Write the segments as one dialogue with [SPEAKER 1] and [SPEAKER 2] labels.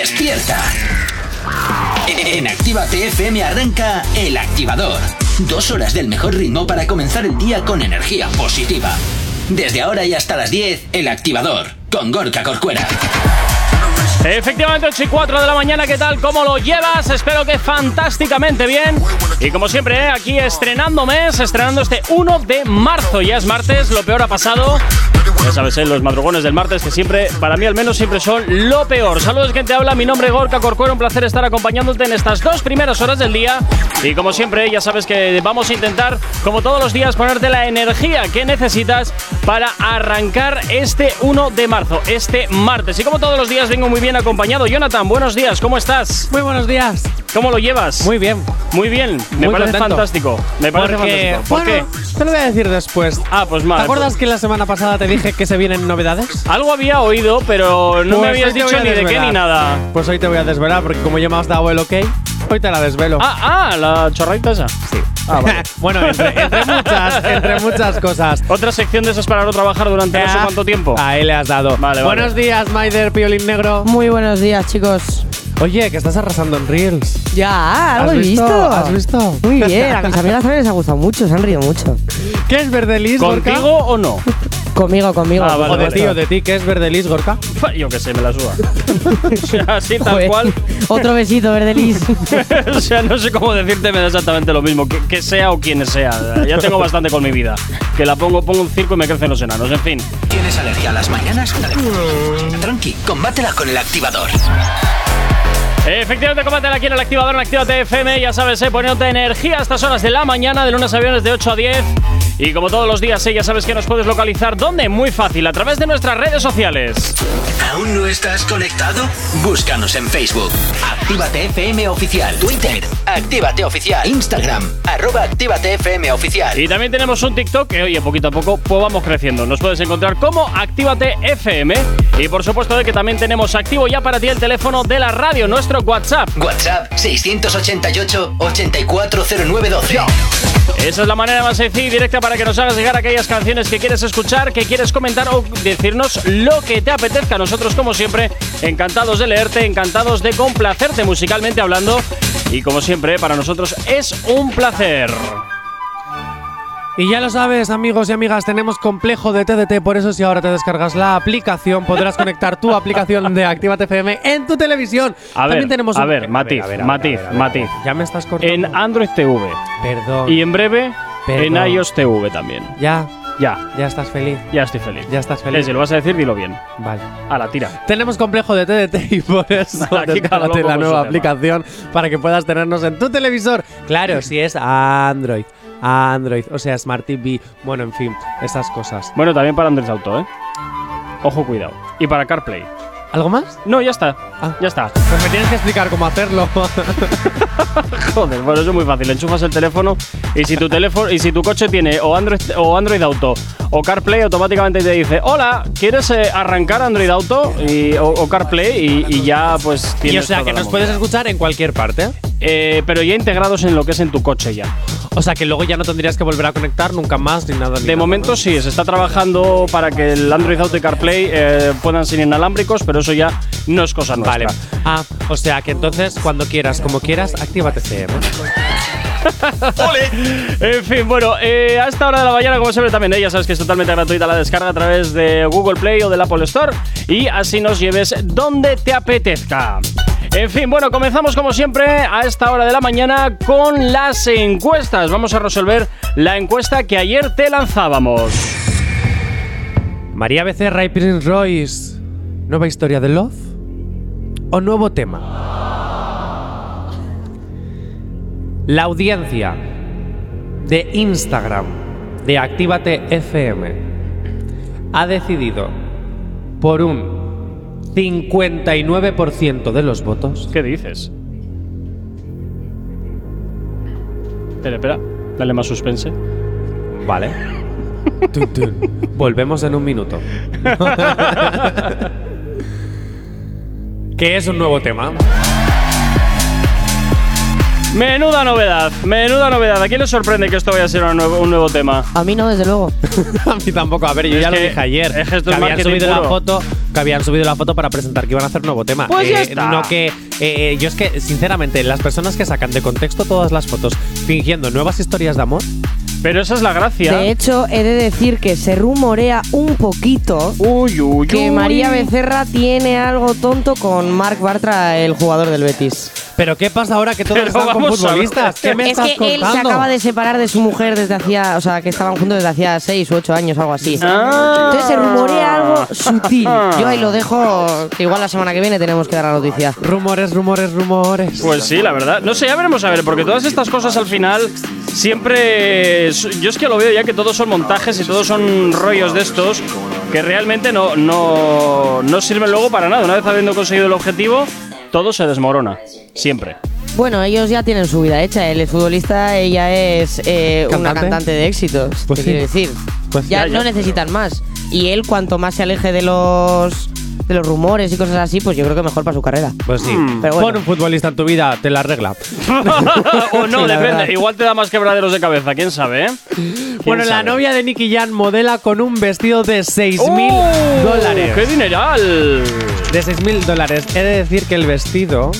[SPEAKER 1] Despierta. En Activa TFM arranca El Activador. Dos horas del mejor ritmo para comenzar el día con energía positiva. Desde ahora y hasta las 10, El Activador, con Gorka Corcuera.
[SPEAKER 2] Efectivamente, 8 y 4 de la mañana, ¿qué tal? ¿Cómo lo llevas? Espero que fantásticamente bien. Y como siempre, ¿eh? aquí estrenando mes, estrenando este 1 de marzo. Ya es martes, lo peor ha pasado. Ya sabes, ¿eh? los madrugones del martes que siempre, para mí al menos, siempre son lo peor. Saludos, quien te habla. Mi nombre es Gorka Corcuero. Un placer estar acompañándote en estas dos primeras horas del día. Y como siempre, ya sabes que vamos a intentar, como todos los días, ponerte la energía que necesitas para arrancar este 1 de marzo, este martes. Y como todos los días, vengo muy bien acompañado. Jonathan, buenos días, ¿cómo estás?
[SPEAKER 3] Muy buenos días.
[SPEAKER 2] ¿Cómo lo llevas?
[SPEAKER 3] Muy bien.
[SPEAKER 2] Muy bien, me
[SPEAKER 3] Muy
[SPEAKER 2] parece
[SPEAKER 3] contento.
[SPEAKER 2] fantástico. Me parece
[SPEAKER 3] Porque-
[SPEAKER 2] fantástico. ¿Por
[SPEAKER 3] bueno,
[SPEAKER 2] qué?
[SPEAKER 3] te lo voy a decir después.
[SPEAKER 2] Ah, pues
[SPEAKER 3] ¿Te
[SPEAKER 2] mal.
[SPEAKER 3] acuerdas que la semana pasada te dije que se vienen novedades?
[SPEAKER 2] Algo había oído, pero no me
[SPEAKER 3] Pues
[SPEAKER 2] habías
[SPEAKER 3] hoy te
[SPEAKER 2] dicho
[SPEAKER 3] voy a
[SPEAKER 2] ni de qué
[SPEAKER 3] desvelar.
[SPEAKER 2] ni nada.
[SPEAKER 3] Pues hoy te voy a desvelar porque como ya me has dado el ok, hoy te la desvelo.
[SPEAKER 2] Ah, ah, la chorraita esa. Sí. Ah, vale.
[SPEAKER 3] bueno, entre, entre muchas, entre muchas cosas.
[SPEAKER 2] Otra sección de esas para no trabajar durante
[SPEAKER 3] Ah,
[SPEAKER 2] no sé cuánto tiempo.
[SPEAKER 3] Ahí le has dado.
[SPEAKER 2] Vale, vale.
[SPEAKER 3] Buenos días, Maider Piolín Negro.
[SPEAKER 4] Muy buenos días, chicos.
[SPEAKER 3] Oye, que estás arrasando en Reels.
[SPEAKER 4] Ya, algo
[SPEAKER 3] ¿Has
[SPEAKER 4] he
[SPEAKER 3] visto?
[SPEAKER 4] visto.
[SPEAKER 3] ¿Has visto?
[SPEAKER 4] Muy bien, a mis amigas también les ha gustado mucho, se han rido mucho.
[SPEAKER 3] ¿Qué es verde lis, Gorka?
[SPEAKER 2] ¿Contigo o no?
[SPEAKER 4] Conmigo, conmigo.
[SPEAKER 2] Ah, vale.
[SPEAKER 3] O de ti, o de ti, ¿qué es verde lis, Gorka?
[SPEAKER 2] Yo que sé, me la suba. O sea, Así tal
[SPEAKER 4] Joder.
[SPEAKER 2] cual.
[SPEAKER 4] Otro besito, Verdelis.
[SPEAKER 2] o sea, no sé cómo decirte me da exactamente lo mismo. Que, que sea o quien sea. Ya tengo bastante con mi vida. Que la pongo, pongo un circo y me crecen los enanos. En fin.
[SPEAKER 1] ¿Tienes alergia a las mañanas? Tranqui, combátela con el activador.
[SPEAKER 2] Eh, Efectivamente, combate aquí en el activador en Actívate FM. Ya sabes, eh, poniéndote energía a estas horas de la mañana, de lunes a viernes de 8 a 10. Y como todos los días, eh, ya sabes que nos puedes localizar. ¿Dónde? Muy fácil, a través de nuestras redes sociales.
[SPEAKER 1] ¿Aún no estás conectado? Búscanos en Facebook. Actívate FM Oficial. Twitter. Actívate Oficial. Instagram. Arroba Actívate FM Oficial.
[SPEAKER 2] Y también tenemos un TikTok que, oye, poquito a poco, pues vamos creciendo. Nos puedes encontrar como Actívate FM. Y por supuesto de que también tenemos activo ya para ti el teléfono de la radio, nuestro WhatsApp.
[SPEAKER 1] WhatsApp 688 840912.
[SPEAKER 2] Esa es la manera más sencilla y directa para que nos hagas llegar aquellas canciones que quieres escuchar, que quieres comentar o decirnos lo que te apetezca. Nosotros, como siempre, encantados de leerte, encantados de complacerte musicalmente hablando. Y como siempre, para nosotros es un placer.
[SPEAKER 3] Y ya lo sabes, amigos y amigas, tenemos complejo de TDT, por eso si ahora te descargas la aplicación, podrás conectar tu aplicación de Actívate FM en tu televisión.
[SPEAKER 2] A ver,
[SPEAKER 3] También tenemos
[SPEAKER 2] a
[SPEAKER 3] un- Eh,
[SPEAKER 2] ver, matiz, matiz, matiz.
[SPEAKER 3] Ya me estás cortando.
[SPEAKER 2] En Android TV.
[SPEAKER 3] Perdón.
[SPEAKER 2] Y en breve, en
[SPEAKER 3] Perdón.
[SPEAKER 2] iOS TV también.
[SPEAKER 3] Ya,
[SPEAKER 2] Ya,
[SPEAKER 3] ya estás feliz.
[SPEAKER 2] ya estoy feliz.
[SPEAKER 3] Ya estás feliz.
[SPEAKER 2] Eh, Si lo vas a decir, dilo bien.
[SPEAKER 3] Vale.
[SPEAKER 2] A la tira.
[SPEAKER 3] Tenemos complejo de TDT y por eso
[SPEAKER 2] Nada, aquí cada
[SPEAKER 3] descárgate
[SPEAKER 2] loco
[SPEAKER 3] la
[SPEAKER 2] con
[SPEAKER 3] nueva
[SPEAKER 2] su tema.
[SPEAKER 3] aplicación para que puedas tenernos en tu televisor. Claro, si es Android, Android, o sea, Smart TV, bueno, en fin, esas cosas.
[SPEAKER 2] Bueno, también para Andrés Auto, ¿eh? Ojo, cuidado. Y para CarPlay.
[SPEAKER 3] ¿Algo más?
[SPEAKER 2] No, ya está.
[SPEAKER 3] Ah.
[SPEAKER 2] Ya está.
[SPEAKER 3] Pues me tienes que explicar cómo hacerlo.
[SPEAKER 2] Joder, bueno, eso es muy fácil. Enchufas el teléfono y si tu teléfono y si tu coche tiene o Android o Android Auto o CarPlay automáticamente te dice, "Hola, ¿quieres eh, arrancar Android Auto y, o, o CarPlay?" Y, y ya pues tienes
[SPEAKER 3] y o sea,
[SPEAKER 2] toda
[SPEAKER 3] que
[SPEAKER 2] la
[SPEAKER 3] nos
[SPEAKER 2] movida.
[SPEAKER 3] puedes escuchar en cualquier parte.
[SPEAKER 2] Eh, pero ya integrados en lo que es en tu coche ya.
[SPEAKER 3] O sea, que luego ya no tendrías que volver a conectar nunca más ni nada. ni
[SPEAKER 2] De
[SPEAKER 3] nada,
[SPEAKER 2] momento
[SPEAKER 3] ¿no?
[SPEAKER 2] sí, se está trabajando para que el Android Auto y CarPlay eh, puedan ser inalámbricos, pero eso ya no es cosa nuestra.
[SPEAKER 3] Vale. Ah, o sea, que entonces, cuando quieras, como quieras, actívate CM.
[SPEAKER 2] En fin, bueno, eh, a esta hora de la mañana, como siempre, también eh, ya sabes que es totalmente gratuita la descarga a través de Google Play o del Apple Store y así nos lleves donde te apetezca. En fin, bueno, comenzamos como siempre a esta hora de la mañana con las encuestas. Vamos a resolver la encuesta que ayer te lanzábamos.
[SPEAKER 3] María Becerra y Prince Royce, nueva historia de Love o nuevo tema. La audiencia de Instagram de Actívate FM ha decidido por un 59% de los votos
[SPEAKER 2] ¿Qué dices? Espera, espera, dale más suspense.
[SPEAKER 3] Vale. Tun, tun. Volvemos en un minuto. que es un nuevo tema.
[SPEAKER 2] Menuda novedad, menuda novedad. ¿A quién le sorprende que esto vaya a ser un nuevo, un nuevo tema?
[SPEAKER 4] A mí no, desde luego.
[SPEAKER 3] A mí tampoco. A ver, yo
[SPEAKER 2] Es
[SPEAKER 3] ya lo
[SPEAKER 2] que-
[SPEAKER 3] dije ayer.
[SPEAKER 2] es que esto
[SPEAKER 3] que
[SPEAKER 2] es
[SPEAKER 3] habían
[SPEAKER 2] marketing
[SPEAKER 3] subido la
[SPEAKER 2] puro.
[SPEAKER 3] foto. Que habían subido la foto para presentar que iban a hacer nuevo tema.
[SPEAKER 2] Pues ya está.
[SPEAKER 3] No que. eh, yo es que, sinceramente, las personas que sacan de contexto todas las fotos fingiendo nuevas historias de amor.
[SPEAKER 2] Pero esa es la gracia.
[SPEAKER 4] De hecho, he de decir que se rumorea un poquito
[SPEAKER 2] uy, uy,
[SPEAKER 4] que
[SPEAKER 2] uy.
[SPEAKER 4] María Becerra tiene algo tonto con Marc Bartra, el jugador del Betis.
[SPEAKER 3] Pero ¿qué pasa ahora que todos
[SPEAKER 2] Pero
[SPEAKER 3] están con
[SPEAKER 2] vamos a ver.
[SPEAKER 3] futbolistas? ¿Qué me
[SPEAKER 4] es
[SPEAKER 3] estás
[SPEAKER 4] que él
[SPEAKER 3] contando?
[SPEAKER 4] se acaba de separar de su mujer desde hacía, o sea, que estaban juntos desde hacía 6 u 8 años, algo así.
[SPEAKER 2] Ah.
[SPEAKER 4] Entonces se rumorea algo sutil. Yo ahí lo dejo, que igual la semana que viene tenemos que dar la noticia.
[SPEAKER 3] Rumores, rumores, rumores.
[SPEAKER 2] Pues sí, la verdad. No sé, ya veremos a ver, porque todas estas cosas al final siempre. es- Yo es que lo veo ya que todos son montajes y todos son rollos de estos que realmente no, no, no sirven luego para nada. Una vez habiendo conseguido el objetivo, todo se desmorona. Siempre.
[SPEAKER 4] Bueno, ellos ya tienen su vida hecha. Él es futbolista, ella es eh, una
[SPEAKER 3] ¿Cantante?
[SPEAKER 4] cantante de éxitos.
[SPEAKER 3] Pues sí.
[SPEAKER 4] te quiero decir.
[SPEAKER 3] Pues
[SPEAKER 4] ya,
[SPEAKER 2] ya, ya,
[SPEAKER 4] no necesitan más. Y él, cuanto más se aleje de los de los rumores y cosas así, pues yo creo que mejor para su carrera.
[SPEAKER 3] Pues sí.
[SPEAKER 2] Hmm.
[SPEAKER 4] Pero bueno.
[SPEAKER 3] Pon un futbolista en tu vida, te la
[SPEAKER 2] o
[SPEAKER 3] arregla.
[SPEAKER 2] no,
[SPEAKER 4] Sí, la
[SPEAKER 2] depende.
[SPEAKER 4] verdad.
[SPEAKER 2] Igual te da más quebraderos de cabeza, quién sabe, ¿eh?
[SPEAKER 3] Bueno, la
[SPEAKER 2] sabe?
[SPEAKER 3] novia de Nicky Jan modela con un vestido de 6.000
[SPEAKER 2] ¡Oh!
[SPEAKER 3] mil dólares.
[SPEAKER 2] ¡Qué dineral!
[SPEAKER 3] de 6.000 dólares. He de decir que el vestido,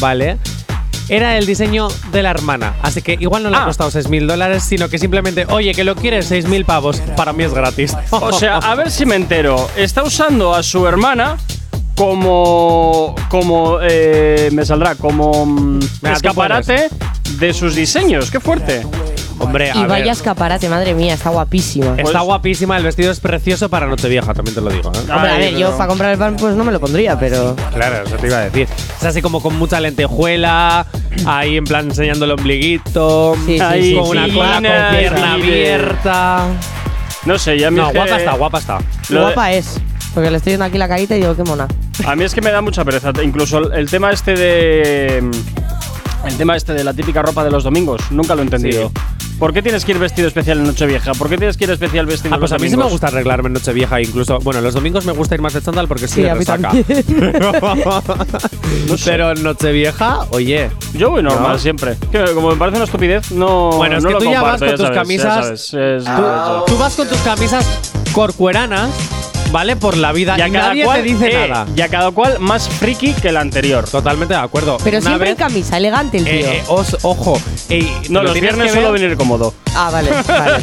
[SPEAKER 3] ¿vale? Era el diseño de la hermana. Así que igual no le
[SPEAKER 2] Ah.
[SPEAKER 3] ha costado 6.000 dólares, sino que simplemente, oye, que lo quieres, 6.000 pavos. Para mí es gratis.
[SPEAKER 2] O sea, a ver si me entero. Está usando a su hermana como. como. eh, me saldrá, como. mm,
[SPEAKER 3] Venga, tú
[SPEAKER 2] escaparate de sus diseños. ¡Qué fuerte!
[SPEAKER 3] hombre, a
[SPEAKER 4] Y vaya
[SPEAKER 3] ver.
[SPEAKER 4] escaparate, madre mía, está guapísima.
[SPEAKER 3] Está
[SPEAKER 2] pues-
[SPEAKER 3] guapísima, el vestido es precioso para Nochevieja, también te lo digo. ¿eh?
[SPEAKER 4] Hombre, a
[SPEAKER 2] Ay,
[SPEAKER 4] ver, yo
[SPEAKER 2] pero-
[SPEAKER 4] para comprar el pan pues no me lo pondría, pero...
[SPEAKER 3] Claro, eso te iba a decir. Es así como con mucha lentejuela, ahí en plan enseñando el ombliguito,
[SPEAKER 4] Sí, sí,
[SPEAKER 3] ahí
[SPEAKER 4] sí,
[SPEAKER 3] con
[SPEAKER 4] sí.
[SPEAKER 3] una cola con
[SPEAKER 2] Ay,
[SPEAKER 3] pierna
[SPEAKER 2] mire.
[SPEAKER 3] abierta.
[SPEAKER 2] No sé, ya me.
[SPEAKER 3] No, guapa está, guapa está.
[SPEAKER 2] Lo de-
[SPEAKER 4] Guapa eh. es. Porque le estoy viendo aquí la carita y digo, qué mona.
[SPEAKER 2] A mí es que me da mucha pereza. Incluso el, el tema este de. El tema este de la típica ropa de los domingos. Nunca lo he entendido. ¿Por qué tienes que ir vestido especial en Nochevieja? ¿Por qué tienes que ir especial vestido
[SPEAKER 3] Ah, pues
[SPEAKER 2] los
[SPEAKER 3] a mí sí me
[SPEAKER 2] domingos?
[SPEAKER 3] gusta arreglarme en Nochevieja, incluso. Bueno, los domingos me gusta ir más de chándal porque sí,
[SPEAKER 4] Sí,
[SPEAKER 3] de
[SPEAKER 4] a mí
[SPEAKER 3] resaca.
[SPEAKER 4] también.
[SPEAKER 3] Pero- Pero en Nochevieja, oye.
[SPEAKER 2] Yo voy normal
[SPEAKER 3] ¿No?
[SPEAKER 2] siempre. Que como me parece una estupidez, no.
[SPEAKER 3] Bueno, es
[SPEAKER 2] no
[SPEAKER 3] que
[SPEAKER 2] lo
[SPEAKER 3] tú ya vas
[SPEAKER 2] comparto,
[SPEAKER 3] con tus
[SPEAKER 2] sabes,
[SPEAKER 3] camisas. Ah.
[SPEAKER 2] sabes, es-
[SPEAKER 3] Tú, tú vas con tus camisas corcueranas, ¿vale? Por la vida.
[SPEAKER 2] Y a
[SPEAKER 3] y
[SPEAKER 2] cada
[SPEAKER 3] nadie
[SPEAKER 2] cual,
[SPEAKER 3] te dice
[SPEAKER 2] eh,
[SPEAKER 3] nada.
[SPEAKER 2] Y a cada cual más friki que el anterior.
[SPEAKER 3] Totalmente de acuerdo.
[SPEAKER 4] Pero
[SPEAKER 3] Una
[SPEAKER 4] siempre en
[SPEAKER 3] vez-
[SPEAKER 4] camisa, elegante el tío.
[SPEAKER 3] eh, eh, os- ojo. Ey, te
[SPEAKER 2] No,
[SPEAKER 3] lo
[SPEAKER 2] los
[SPEAKER 3] tienes
[SPEAKER 2] viernes
[SPEAKER 3] que
[SPEAKER 2] suelo
[SPEAKER 3] ver-
[SPEAKER 2] venir cómodo.
[SPEAKER 4] Ah, vale, vale.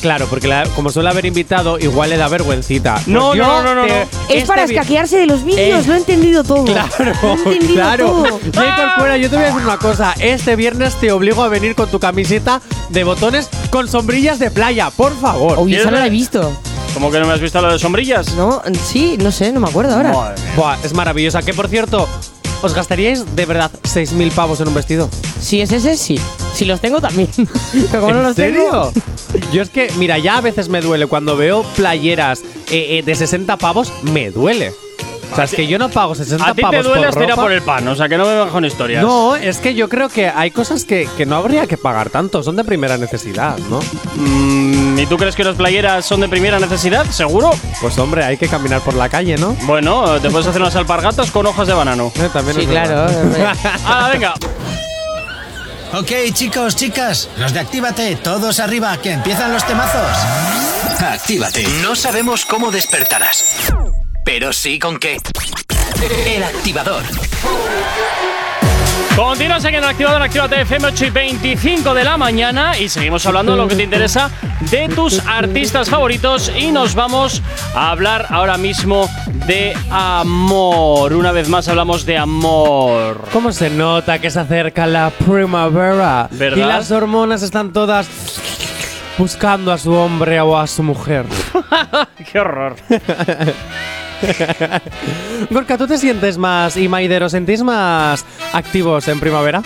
[SPEAKER 3] Claro, porque la- como suele haber invitado, igual le da vergüencita. Pues
[SPEAKER 2] No,
[SPEAKER 3] yo
[SPEAKER 2] no, no, no,
[SPEAKER 3] te-
[SPEAKER 2] no.
[SPEAKER 4] es
[SPEAKER 3] este
[SPEAKER 4] para
[SPEAKER 3] vi-
[SPEAKER 4] escaquearse de los vídeos,
[SPEAKER 3] Eh.
[SPEAKER 4] lo he entendido todo.
[SPEAKER 3] Claro,
[SPEAKER 4] Lo he entendido
[SPEAKER 3] claro.
[SPEAKER 4] todo.
[SPEAKER 3] Jay
[SPEAKER 2] Ah.
[SPEAKER 3] Corcuera, yo te voy a decir una cosa. Este viernes te obligo a venir con tu camiseta de botones con sombrillas de playa, por favor.
[SPEAKER 4] Oye, esa no la he
[SPEAKER 2] ¿Quieres?
[SPEAKER 4] visto.
[SPEAKER 2] ¿Cómo que no me has visto la de sombrillas?
[SPEAKER 4] No, sí, no sé, no me acuerdo ahora.
[SPEAKER 2] Madre mía.
[SPEAKER 3] Buah, es maravillosa. Que por cierto, ¿os gastaríais de verdad 6.000 pavos en un vestido?
[SPEAKER 4] Si es ese, sí. Si los tengo también. Pero como no los tengo.
[SPEAKER 3] Yo es que, mira, ya a veces me duele. Cuando veo playeras eh, eh, de 60 pavos, me duele. O sea, es que yo no pago 60
[SPEAKER 2] A ti te
[SPEAKER 3] pavos
[SPEAKER 2] duele
[SPEAKER 3] por
[SPEAKER 2] hasta ir a
[SPEAKER 3] ropa.
[SPEAKER 2] por el pan, o sea que no me bajo en historias.
[SPEAKER 3] No, es que yo creo que hay cosas que, que no habría que pagar tanto. Son de primera necesidad, ¿no?
[SPEAKER 2] Mm, ¿Y tú crees que las playeras son de primera necesidad? ¿Seguro?
[SPEAKER 3] Pues hombre, hay que caminar por la calle, ¿no?
[SPEAKER 2] Bueno, te puedes hacer unas alpargatas con hojas de banano.
[SPEAKER 3] Eh, también
[SPEAKER 4] Sí,
[SPEAKER 3] es
[SPEAKER 4] claro.
[SPEAKER 3] verdad.
[SPEAKER 4] hombre.
[SPEAKER 2] Ah, venga.
[SPEAKER 1] Ok, chicos, chicas, los de Actívate, todos arriba, que empiezan los temazos. Actívate.
[SPEAKER 5] No sabemos cómo despertarás, pero sí con qué.
[SPEAKER 1] El activador.
[SPEAKER 2] Continuas aquí en el activador, actívate FM 8 y 25 de la mañana y seguimos hablando de lo que te interesa de tus artistas favoritos y nos vamos a hablar ahora mismo de amor. Una vez más hablamos de amor.
[SPEAKER 3] ¿Cómo se nota que se acerca la primavera?
[SPEAKER 2] ¿Verdad?
[SPEAKER 3] Y las hormonas están todas buscando a su hombre o a su mujer.
[SPEAKER 2] ¡Qué horror!
[SPEAKER 3] Gorka, ¿tú te sientes más y Maidero, sentís más activos en primavera?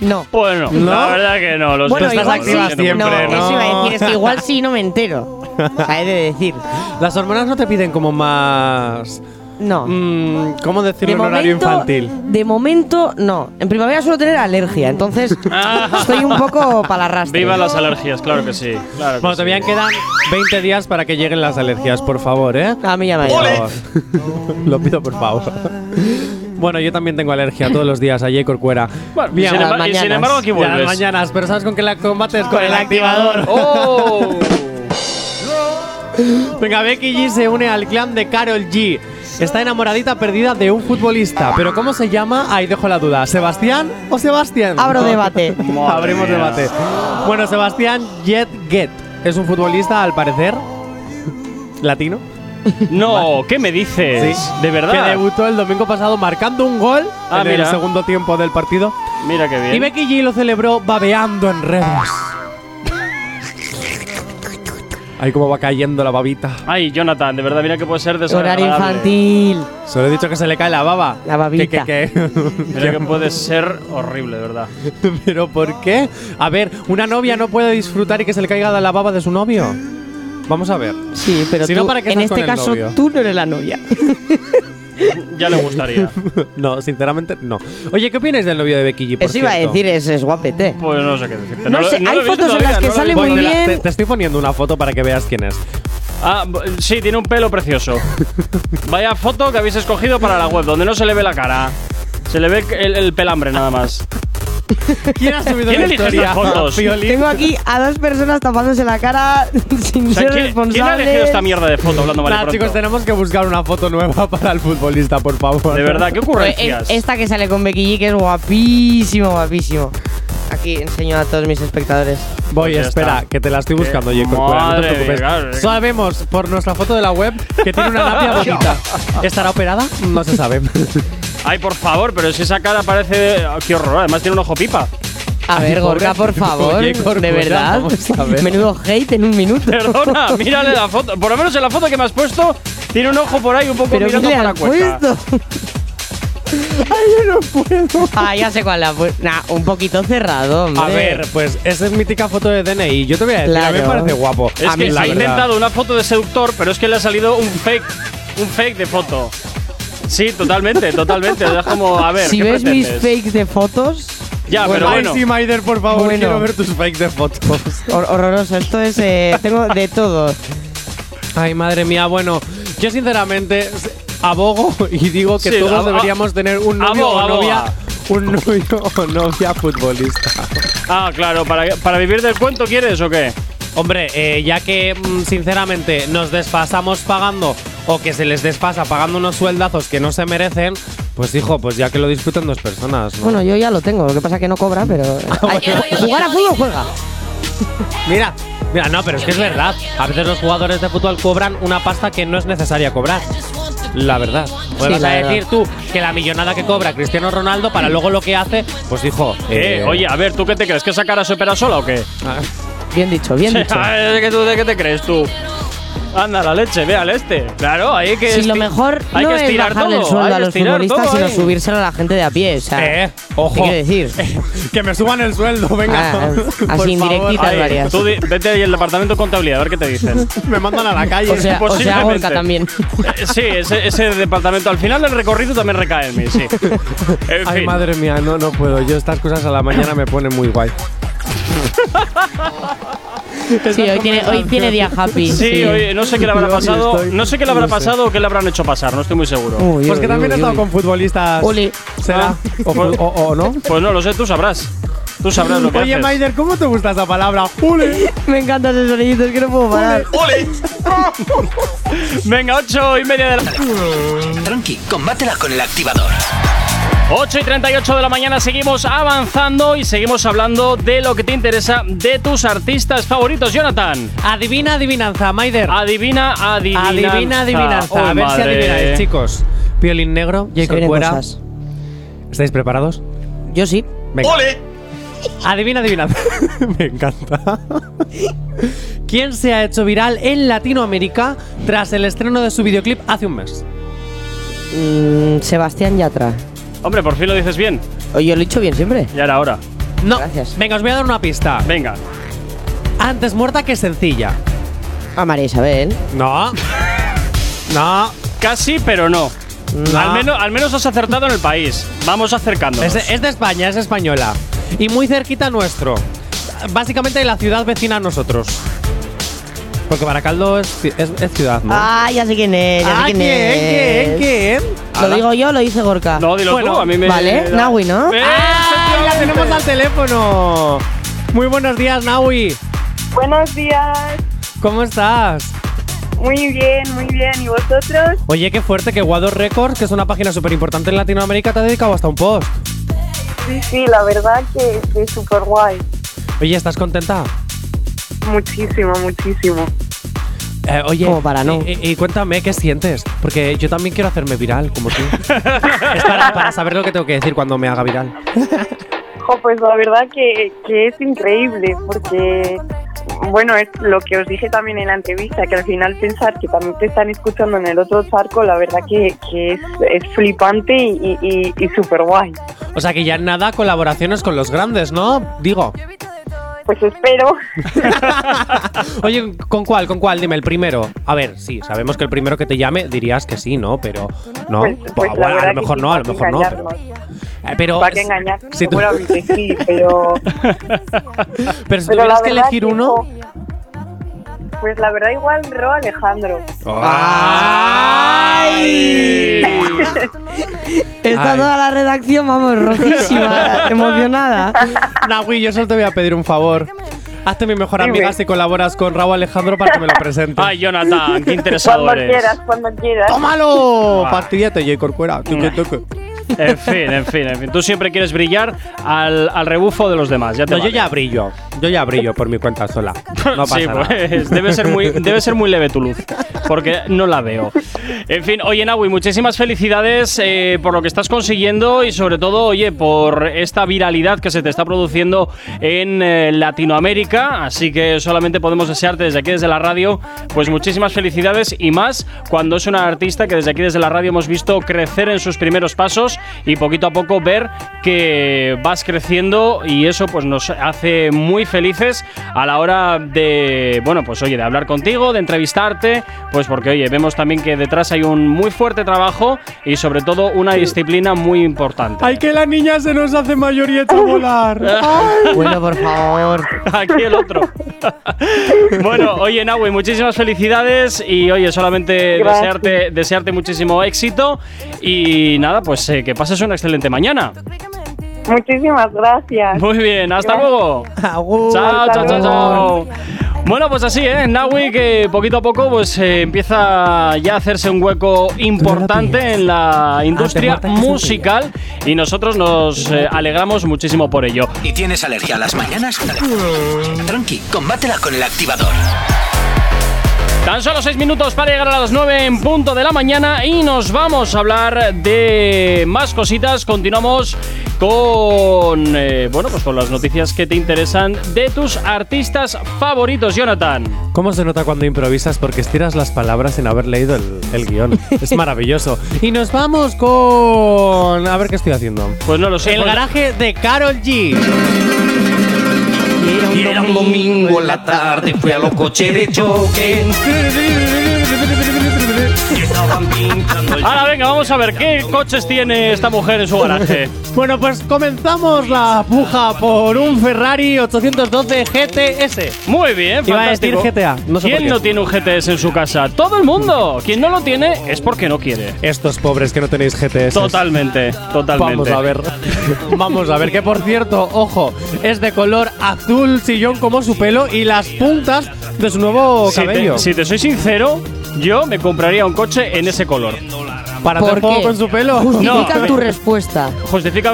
[SPEAKER 4] No.
[SPEAKER 2] Bueno,
[SPEAKER 3] ¿No?
[SPEAKER 2] la verdad que no. Los
[SPEAKER 3] Bueno,
[SPEAKER 2] dos
[SPEAKER 3] estás
[SPEAKER 2] no,
[SPEAKER 3] activa
[SPEAKER 2] los dos que
[SPEAKER 3] siempre,
[SPEAKER 2] puedo.
[SPEAKER 3] ¿no?
[SPEAKER 4] eso iba a decir, es que igual sí no me entero. O sea, he de decir.
[SPEAKER 3] Las hormonas no te piden como más.
[SPEAKER 4] No.
[SPEAKER 3] mm, ¿Cómo decirlo en horario infantil?
[SPEAKER 4] de momento, no. En primavera suelo tener alergia, entonces
[SPEAKER 3] Ah.
[SPEAKER 4] estoy un poco para la rastra.
[SPEAKER 2] Viva las alergias, claro que sí. Claro que
[SPEAKER 3] Bueno, todavía quedan 20 días para que lleguen las alergias, por favor, ¿eh?
[SPEAKER 4] A mí ya me ha
[SPEAKER 3] Por
[SPEAKER 4] llegado.
[SPEAKER 3] favor. Lo pido, por favor. Bueno, yo también tengo alergia todos los días a J. Corcuera.
[SPEAKER 2] Bueno, y
[SPEAKER 3] Bien.
[SPEAKER 2] sin,
[SPEAKER 4] a las
[SPEAKER 2] embargo, y sin
[SPEAKER 4] mañanas.
[SPEAKER 2] embargo, aquí
[SPEAKER 3] Ya las
[SPEAKER 2] vuelves.
[SPEAKER 3] mañanas, pero ¿sabes con qué la combates? Con el activador. Oh,
[SPEAKER 2] ¡Oh!
[SPEAKER 3] Venga, Becky G se une al clan de Carol G. Está enamoradita perdida de un futbolista. Pero ¿cómo se llama? Ahí dejo la duda. ¿Sebastián o Sebastián?
[SPEAKER 4] Abro debate.
[SPEAKER 3] Abrimos debate. Bueno, Sebastián Jet Get es un futbolista, al parecer, latino.
[SPEAKER 2] No, ¿qué me dices? De
[SPEAKER 3] Eh, Que
[SPEAKER 2] verdad.
[SPEAKER 3] debutó el domingo pasado marcando un gol
[SPEAKER 2] Ah,
[SPEAKER 3] en el
[SPEAKER 2] mira.
[SPEAKER 3] segundo tiempo del partido.
[SPEAKER 2] Mira qué bien.
[SPEAKER 3] Y Becky G lo celebró babeando en redes. Ahí como va cayendo la babita.
[SPEAKER 2] Ay, Jonathan, de verdad, mira que puede ser desagradable.
[SPEAKER 4] Horario infantil.
[SPEAKER 3] Solo he dicho que se le cae la baba.
[SPEAKER 4] La babita.
[SPEAKER 3] Que- que- que-
[SPEAKER 2] Mira que puede ser horrible, de verdad.
[SPEAKER 3] ¿Pero por qué? A ver, una novia no puede disfrutar y que se le caiga la baba de su novio. Vamos a ver.
[SPEAKER 4] Sí, pero
[SPEAKER 3] Si no,
[SPEAKER 4] tú-
[SPEAKER 3] ¿para qué
[SPEAKER 4] en
[SPEAKER 3] estás con
[SPEAKER 4] este
[SPEAKER 3] el
[SPEAKER 4] caso
[SPEAKER 3] novio?
[SPEAKER 4] tú no eres la novia.
[SPEAKER 2] Ya le gustaría.
[SPEAKER 3] No, sinceramente no. Oye, ¿qué opináis del novio de Becky G? por
[SPEAKER 4] Eso iba a
[SPEAKER 3] cierto?
[SPEAKER 4] decir, es, es guapete.
[SPEAKER 2] Pues no sé qué decirte.
[SPEAKER 4] No
[SPEAKER 2] lo-
[SPEAKER 4] sé,
[SPEAKER 2] lo
[SPEAKER 4] hay
[SPEAKER 2] he visto
[SPEAKER 4] fotos en
[SPEAKER 2] todavía,
[SPEAKER 4] las que
[SPEAKER 2] no lo he
[SPEAKER 4] sale
[SPEAKER 2] visto.
[SPEAKER 4] muy
[SPEAKER 3] Bueno,
[SPEAKER 4] bien.
[SPEAKER 3] Te, te estoy poniendo una foto para que veas quién es.
[SPEAKER 2] Ah, b- sí, tiene un pelo precioso. Vaya foto que habéis escogido para la web, donde no se le ve la cara. Se le ve el, el pelambre nada más.
[SPEAKER 3] ¿Quién ha subido
[SPEAKER 2] ¿Quién
[SPEAKER 3] la
[SPEAKER 2] elige
[SPEAKER 3] historia?
[SPEAKER 2] estas fotos?
[SPEAKER 3] Piolín.
[SPEAKER 4] Tengo aquí a dos personas tapándose la cara sin
[SPEAKER 2] O sea, ¿quién, quién
[SPEAKER 4] ser
[SPEAKER 2] ha
[SPEAKER 4] responsables.
[SPEAKER 2] elegido esta mierda de foto hablando mal y
[SPEAKER 3] Nada,
[SPEAKER 2] pronto?
[SPEAKER 3] chicos, tenemos que buscar una foto nueva para el futbolista, por favor.
[SPEAKER 2] De verdad, ¿qué
[SPEAKER 4] Pues,
[SPEAKER 2] ocurrencias?
[SPEAKER 4] eh, esta que sale con Becky G, que es guapísimo, guapísimo. Aquí enseño a todos mis espectadores.
[SPEAKER 3] Voy,
[SPEAKER 2] Pues ya
[SPEAKER 3] espera,
[SPEAKER 2] está.
[SPEAKER 3] que te la estoy
[SPEAKER 2] Qué
[SPEAKER 3] buscando, J. Corcuera, No te
[SPEAKER 2] madre
[SPEAKER 3] preocupes.
[SPEAKER 2] mía, claro.
[SPEAKER 3] Sabemos por nuestra foto de la web que tiene una labia bonita. ¿Estará operada? No se sabe.
[SPEAKER 2] Ay, por favor, pero si esa cara parece. ah, ¡Qué horror! Además tiene un ojo pipa.
[SPEAKER 4] A ver,
[SPEAKER 3] pobre.
[SPEAKER 4] Gorka, por favor,
[SPEAKER 3] Oye, Corcuera,
[SPEAKER 4] de verdad.
[SPEAKER 3] vamos a ver.
[SPEAKER 4] Menudo hate en un minuto.
[SPEAKER 2] Perdona, mírale la foto. Por lo menos en la foto que me has puesto, tiene un ojo por ahí un poco
[SPEAKER 4] ¿Pero qué
[SPEAKER 2] mirando
[SPEAKER 4] le
[SPEAKER 2] para la
[SPEAKER 4] han
[SPEAKER 2] cuesta.
[SPEAKER 4] puesto? Ah, ya sé cuál la ha puesto. Nah, un poquito cerrado, hombre.
[SPEAKER 3] A ver, pues esa es mítica foto de DNI. Yo te voy a decir, a mí me
[SPEAKER 4] Claro.
[SPEAKER 3] parece guapo.
[SPEAKER 2] Es
[SPEAKER 4] Ah,
[SPEAKER 3] A
[SPEAKER 2] que
[SPEAKER 3] mí,
[SPEAKER 2] se
[SPEAKER 3] la
[SPEAKER 2] ha
[SPEAKER 3] verdad.
[SPEAKER 2] intentado una foto de seductor, pero es que le ha salido un fake, un fake de foto. Sí, totalmente, totalmente. Es como, a ver,
[SPEAKER 4] si
[SPEAKER 2] ¿qué
[SPEAKER 4] ves mis
[SPEAKER 2] pretendes?
[SPEAKER 4] fakes de fotos,
[SPEAKER 2] Ya, pero
[SPEAKER 3] Ay,
[SPEAKER 2] bueno.
[SPEAKER 3] sí, Maider, Pues por favor,
[SPEAKER 4] Bueno.
[SPEAKER 3] quiero ver tus fakes de fotos.
[SPEAKER 4] hor- horroroso. Esto es. eh, tengo de todo.
[SPEAKER 3] Ay, madre mía, bueno, yo sinceramente s- abogo y digo que
[SPEAKER 2] Sí,
[SPEAKER 3] todos
[SPEAKER 2] ab-
[SPEAKER 3] deberíamos tener un novio
[SPEAKER 2] aboga,
[SPEAKER 3] o novia,
[SPEAKER 2] aboga.
[SPEAKER 3] un novio o novia futbolista.
[SPEAKER 2] Ah, claro, ¿para, ¿para vivir del cuento quieres o qué?
[SPEAKER 3] Hombre, eh, ya que mm, sinceramente nos desfasamos pagando o que se les desfasa pagando unos sueldazos que no se merecen, pues hijo, pues ya que lo disfruten dos personas, ¿no?
[SPEAKER 4] Bueno, yo ya lo tengo. Lo que pasa es que no cobra, pero. Ay, Jugar a fútbol juega.
[SPEAKER 3] Mira, mira, no, pero es que es verdad. A veces los jugadores de fútbol cobran una pasta que no es necesaria cobrar. La verdad. Pues
[SPEAKER 4] Sí,
[SPEAKER 3] vas
[SPEAKER 4] la
[SPEAKER 3] a
[SPEAKER 4] verdad.
[SPEAKER 3] decir tú que la millonada que cobra Cristiano Ronaldo para luego lo que hace, pues hijo.
[SPEAKER 2] Eh, oye, a ver, ¿tú qué te crees? ¿Que esa cara se opera sola o qué?
[SPEAKER 3] ah,
[SPEAKER 4] Bien dicho, bien dicho.
[SPEAKER 2] A ver, ¿qué, tú- de qué te crees tú? Anda, la leche, ve al este. Claro, hay que.
[SPEAKER 4] Si lo
[SPEAKER 2] esti-
[SPEAKER 4] mejor
[SPEAKER 2] hay
[SPEAKER 4] no
[SPEAKER 2] que
[SPEAKER 4] es
[SPEAKER 2] estirar
[SPEAKER 4] bajarle el
[SPEAKER 2] todo,
[SPEAKER 4] sueldo
[SPEAKER 2] hay
[SPEAKER 4] a
[SPEAKER 2] que
[SPEAKER 4] los
[SPEAKER 2] estirar
[SPEAKER 4] futbolistas,
[SPEAKER 2] todo
[SPEAKER 4] sino
[SPEAKER 2] ahí.
[SPEAKER 4] subírselo a la gente de a pie. O sea,
[SPEAKER 3] Eh, ojo.
[SPEAKER 4] ¿qué quiero decir?
[SPEAKER 3] que me suban el sueldo, venga.
[SPEAKER 4] Ah, así
[SPEAKER 3] Por favor.
[SPEAKER 4] indirectitas
[SPEAKER 2] Ay,
[SPEAKER 4] varias.
[SPEAKER 2] tú di- vete ahí al departamento de contabilidad, a ver qué te dicen.
[SPEAKER 3] Ah, Me mandan a la calle.
[SPEAKER 4] O sea, o sea,
[SPEAKER 2] posiblemente.
[SPEAKER 4] Gorka también.
[SPEAKER 2] Eh, sí, ese, ese departamento. Al final del recorrido también recae en mí, sí. En
[SPEAKER 3] Ay,
[SPEAKER 2] fin.
[SPEAKER 3] madre mía, no, no puedo. Yo estas cosas a la mañana me ponen muy guay.
[SPEAKER 4] Sí, hoy tiene, hoy tiene día happy.
[SPEAKER 2] Sí, oye, no sé qué le habrá
[SPEAKER 3] Yo aquí
[SPEAKER 2] pasado.
[SPEAKER 3] estoy,
[SPEAKER 2] No sé qué le habrá
[SPEAKER 3] no sé.
[SPEAKER 2] pasado o qué le habrán hecho pasar, no estoy muy seguro.
[SPEAKER 4] Uy,
[SPEAKER 3] Pues que
[SPEAKER 4] uy,
[SPEAKER 3] también he
[SPEAKER 4] uy,
[SPEAKER 3] estado
[SPEAKER 4] uy.
[SPEAKER 3] con futbolistas.
[SPEAKER 4] Ole. Ah.
[SPEAKER 3] ¿Será? O, o- o no.
[SPEAKER 2] Pues no lo sé, tú sabrás. Tú sabrás lo que
[SPEAKER 3] Oye,
[SPEAKER 2] haces.
[SPEAKER 3] Maider, ¿cómo te gusta esa palabra? ¡Ole!
[SPEAKER 4] Me encanta ese sonidito, es que no puedo parar.
[SPEAKER 2] Venga, ocho y media de la.
[SPEAKER 1] Tranqui, combátela con el activador.
[SPEAKER 2] 8 y 38 de la mañana seguimos avanzando y seguimos hablando de lo que te interesa de tus artistas favoritos, Jonathan.
[SPEAKER 3] Adivina adivinanza, Maider.
[SPEAKER 2] Adivina, adivina.
[SPEAKER 3] Adivina adivinanza. a ver si adivináis, chicos. Violín negro,
[SPEAKER 4] Se
[SPEAKER 3] Jacob
[SPEAKER 4] vienen
[SPEAKER 3] Cuera.
[SPEAKER 4] cosas.
[SPEAKER 3] ¿Estáis preparados?
[SPEAKER 4] Yo sí.
[SPEAKER 3] Venga. ¡Ole! Adivina adivinanza. Me encanta. ¿Quién se ha hecho viral en Latinoamérica tras el estreno de su videoclip hace un mes?
[SPEAKER 4] Mm, Sebastián Yatra.
[SPEAKER 2] Hombre, por fin lo dices bien.
[SPEAKER 4] Oye, lo he dicho bien siempre.
[SPEAKER 2] Ya era hora.
[SPEAKER 3] No.
[SPEAKER 4] Gracias.
[SPEAKER 3] Venga, os voy a dar una pista.
[SPEAKER 2] Venga.
[SPEAKER 3] Antes muerta que sencilla.
[SPEAKER 4] A María Isabel.
[SPEAKER 3] No. no.
[SPEAKER 2] Casi, pero no.
[SPEAKER 3] No.
[SPEAKER 2] Al, menos, al menos has acertado en el país. Vamos acercándonos.
[SPEAKER 3] Es, es de España, es española. Y muy cerquita nuestro. Básicamente de la ciudad vecina a nosotros. Porque Baracaldo es, ci- es- es ciudad, ¿no?
[SPEAKER 4] Ah, ya sé quién es, ya sé
[SPEAKER 3] Ah,
[SPEAKER 4] quién es.
[SPEAKER 3] ¿Quién? ¿Quién?
[SPEAKER 4] Lo digo yo, lo dice Gorka.
[SPEAKER 2] No, dilo
[SPEAKER 3] Bueno,
[SPEAKER 2] tú, a mí me.
[SPEAKER 4] Vale,
[SPEAKER 2] da-
[SPEAKER 4] Nahui, ¿no?
[SPEAKER 2] ¡Eh,
[SPEAKER 3] ¡Ah! ¡La
[SPEAKER 2] efectivamente!
[SPEAKER 3] tenemos al teléfono! Muy buenos días, Naui.
[SPEAKER 6] Buenos días.
[SPEAKER 3] ¿Cómo estás?
[SPEAKER 6] Muy bien, muy bien. ¿Y vosotros?
[SPEAKER 3] Oye, qué fuerte que Guado Records, que es una página súper importante en Latinoamérica, te ha dedicado hasta un post.
[SPEAKER 6] Sí, sí, la verdad que es súper guay.
[SPEAKER 3] Oye, ¿estás contenta?
[SPEAKER 6] Muchísimo, muchísimo.
[SPEAKER 3] Eh, oye,
[SPEAKER 4] Como para no.
[SPEAKER 3] Y, y- y cuéntame qué sientes, porque yo también quiero hacerme viral, como tú. es para, para saber lo que tengo que decir cuando me haga viral.
[SPEAKER 6] Jo, pues la verdad que, que es increíble porque, bueno, es lo que os dije también en la entrevista, que al final pensar que también te están escuchando en el otro charco, la verdad que, que es, es flipante y, y, y súper guay.
[SPEAKER 3] O sea que ya nada colaboraciones con los grandes, ¿no? Digo.
[SPEAKER 6] Pues espero.
[SPEAKER 3] Oye, ¿con cuál? ¿Con cuál? Dime, el primero. A ver, sí, sabemos que el primero que te llame dirías que sí, ¿no? Pero no.
[SPEAKER 6] pues, pues
[SPEAKER 3] Buah, bueno,
[SPEAKER 6] la
[SPEAKER 3] a
[SPEAKER 6] verdad
[SPEAKER 3] lo mejor
[SPEAKER 6] que
[SPEAKER 3] no, a
[SPEAKER 6] para
[SPEAKER 3] lo
[SPEAKER 6] qué
[SPEAKER 3] mejor no. Pero,
[SPEAKER 6] engañarnos,
[SPEAKER 3] eh, pero
[SPEAKER 6] Para que engañar,
[SPEAKER 3] si tú-
[SPEAKER 6] seguramente sí, pero
[SPEAKER 3] pero si
[SPEAKER 6] Pero
[SPEAKER 3] tuvieras
[SPEAKER 6] la
[SPEAKER 3] que
[SPEAKER 6] verdad
[SPEAKER 3] elegir
[SPEAKER 6] que
[SPEAKER 3] uno.
[SPEAKER 6] no. Pues la verdad igual Ro Alejandro.
[SPEAKER 3] ¡Ay!
[SPEAKER 4] Está
[SPEAKER 3] Ay.
[SPEAKER 4] toda la redacción, vamos, rojísima, emocionada.
[SPEAKER 3] Nahui, yo solo te voy a pedir un favor. Hazte mi mejor
[SPEAKER 6] Dime.
[SPEAKER 3] amiga si colaboras con Raúl Alejandro para que me lo presente.
[SPEAKER 2] Ay, Jonathan, qué interesado
[SPEAKER 6] Cuando
[SPEAKER 2] eres.
[SPEAKER 6] quieras, cuando quieras.
[SPEAKER 2] Ah.
[SPEAKER 3] ¡Tómalo! Pastillate, J. Corcuera. Tuque, tuque.
[SPEAKER 2] En fin, en fin, en fin. Tú siempre quieres brillar al, al rebufo de los demás. Ya te
[SPEAKER 3] No, yo
[SPEAKER 2] vale.
[SPEAKER 3] ya brillo. Yo ya brillo por mi cuenta sola. No pasa
[SPEAKER 2] sí,
[SPEAKER 3] nada.
[SPEAKER 2] pues debe ser, muy, debe ser muy leve tu luz, porque no la veo. En fin, oye, Nahui, muchísimas felicidades eh, por lo que estás consiguiendo y sobre todo, oye, por esta viralidad que se te está produciendo en eh, Latinoamérica. Así que solamente podemos desearte desde aquí, desde la radio, pues muchísimas felicidades y más cuando es una artista que desde aquí, desde la radio, hemos visto crecer en sus primeros pasos y poquito a poco ver que vas creciendo y eso pues nos hace muy felices a la hora de, bueno, pues oye, de hablar contigo, de entrevistarte, pues porque oye, vemos también que detrás hay un muy fuerte trabajo y sobre todo una disciplina muy importante.
[SPEAKER 3] ¡Ay, que la niña se nos hace mayor y echa a volar! Ay.
[SPEAKER 4] Bueno, por favor.
[SPEAKER 2] Aquí el otro. bueno, oye, Nahui, muchísimas felicidades y oye, solamente
[SPEAKER 6] Gracias.
[SPEAKER 2] desearte, desearte muchísimo éxito y nada, pues eh, que pases una excelente mañana.
[SPEAKER 6] Muchísimas gracias.
[SPEAKER 2] Muy bien, hasta
[SPEAKER 6] Gracias.
[SPEAKER 2] luego.
[SPEAKER 4] Agur.
[SPEAKER 2] Chao, chao, chao,
[SPEAKER 6] luego.
[SPEAKER 2] chao. Bueno, pues así, ¿eh? Nawi, que poquito a poco pues eh, empieza ya a hacerse un hueco importante en la industria
[SPEAKER 4] muertas que son
[SPEAKER 2] musical y nosotros nos eh, alegramos muchísimo por ello.
[SPEAKER 5] ¿Y tienes alergia a las mañanas? Tranqui, combátela con el activador.
[SPEAKER 2] Tan solo seis minutos para llegar a las 9 en punto de la mañana y nos vamos a hablar de más cositas. Continuamos con, eh, bueno, pues con las noticias que te interesan de tus artistas favoritos, Jonathan.
[SPEAKER 3] ¿Cómo se nota cuando improvisas? Porque estiras las palabras sin haber leído el, el guión. Es maravilloso. Y nos vamos con. A ver qué estoy haciendo.
[SPEAKER 2] Pues no lo sé.
[SPEAKER 3] El
[SPEAKER 2] pues-
[SPEAKER 3] garaje de Carol G.
[SPEAKER 1] Y era un domingo en la tarde, fui a los coches de choque. y Estaban pintando el
[SPEAKER 2] Ahora venga, vamos a ver qué coches tiene esta mujer en su garaje.
[SPEAKER 3] Bueno, pues comenzamos la puja por un Ferrari 812 GTS.
[SPEAKER 2] Muy bien,
[SPEAKER 3] Iba a
[SPEAKER 2] fantástico.
[SPEAKER 3] decir GTA, no sé por
[SPEAKER 2] ¿Quién
[SPEAKER 3] qué.
[SPEAKER 2] no tiene un GTS en su casa? Todo el mundo. Quien no lo tiene es porque no quiere.
[SPEAKER 3] Estos pobres que no tenéis GTS.
[SPEAKER 2] Totalmente, totalmente.
[SPEAKER 3] Vamos a ver. Vamos a ver, que por cierto, ojo, es de color azul sillón como su pelo y las puntas de su nuevo
[SPEAKER 2] Si
[SPEAKER 3] cabello.
[SPEAKER 2] te, si te soy sincero, yo me compraría un coche en ese color.
[SPEAKER 3] Para
[SPEAKER 4] ¿Por
[SPEAKER 3] hacer juego
[SPEAKER 4] qué?
[SPEAKER 3] con su pelo.
[SPEAKER 4] Justifica
[SPEAKER 2] No.
[SPEAKER 4] tu respuesta.
[SPEAKER 2] Justifica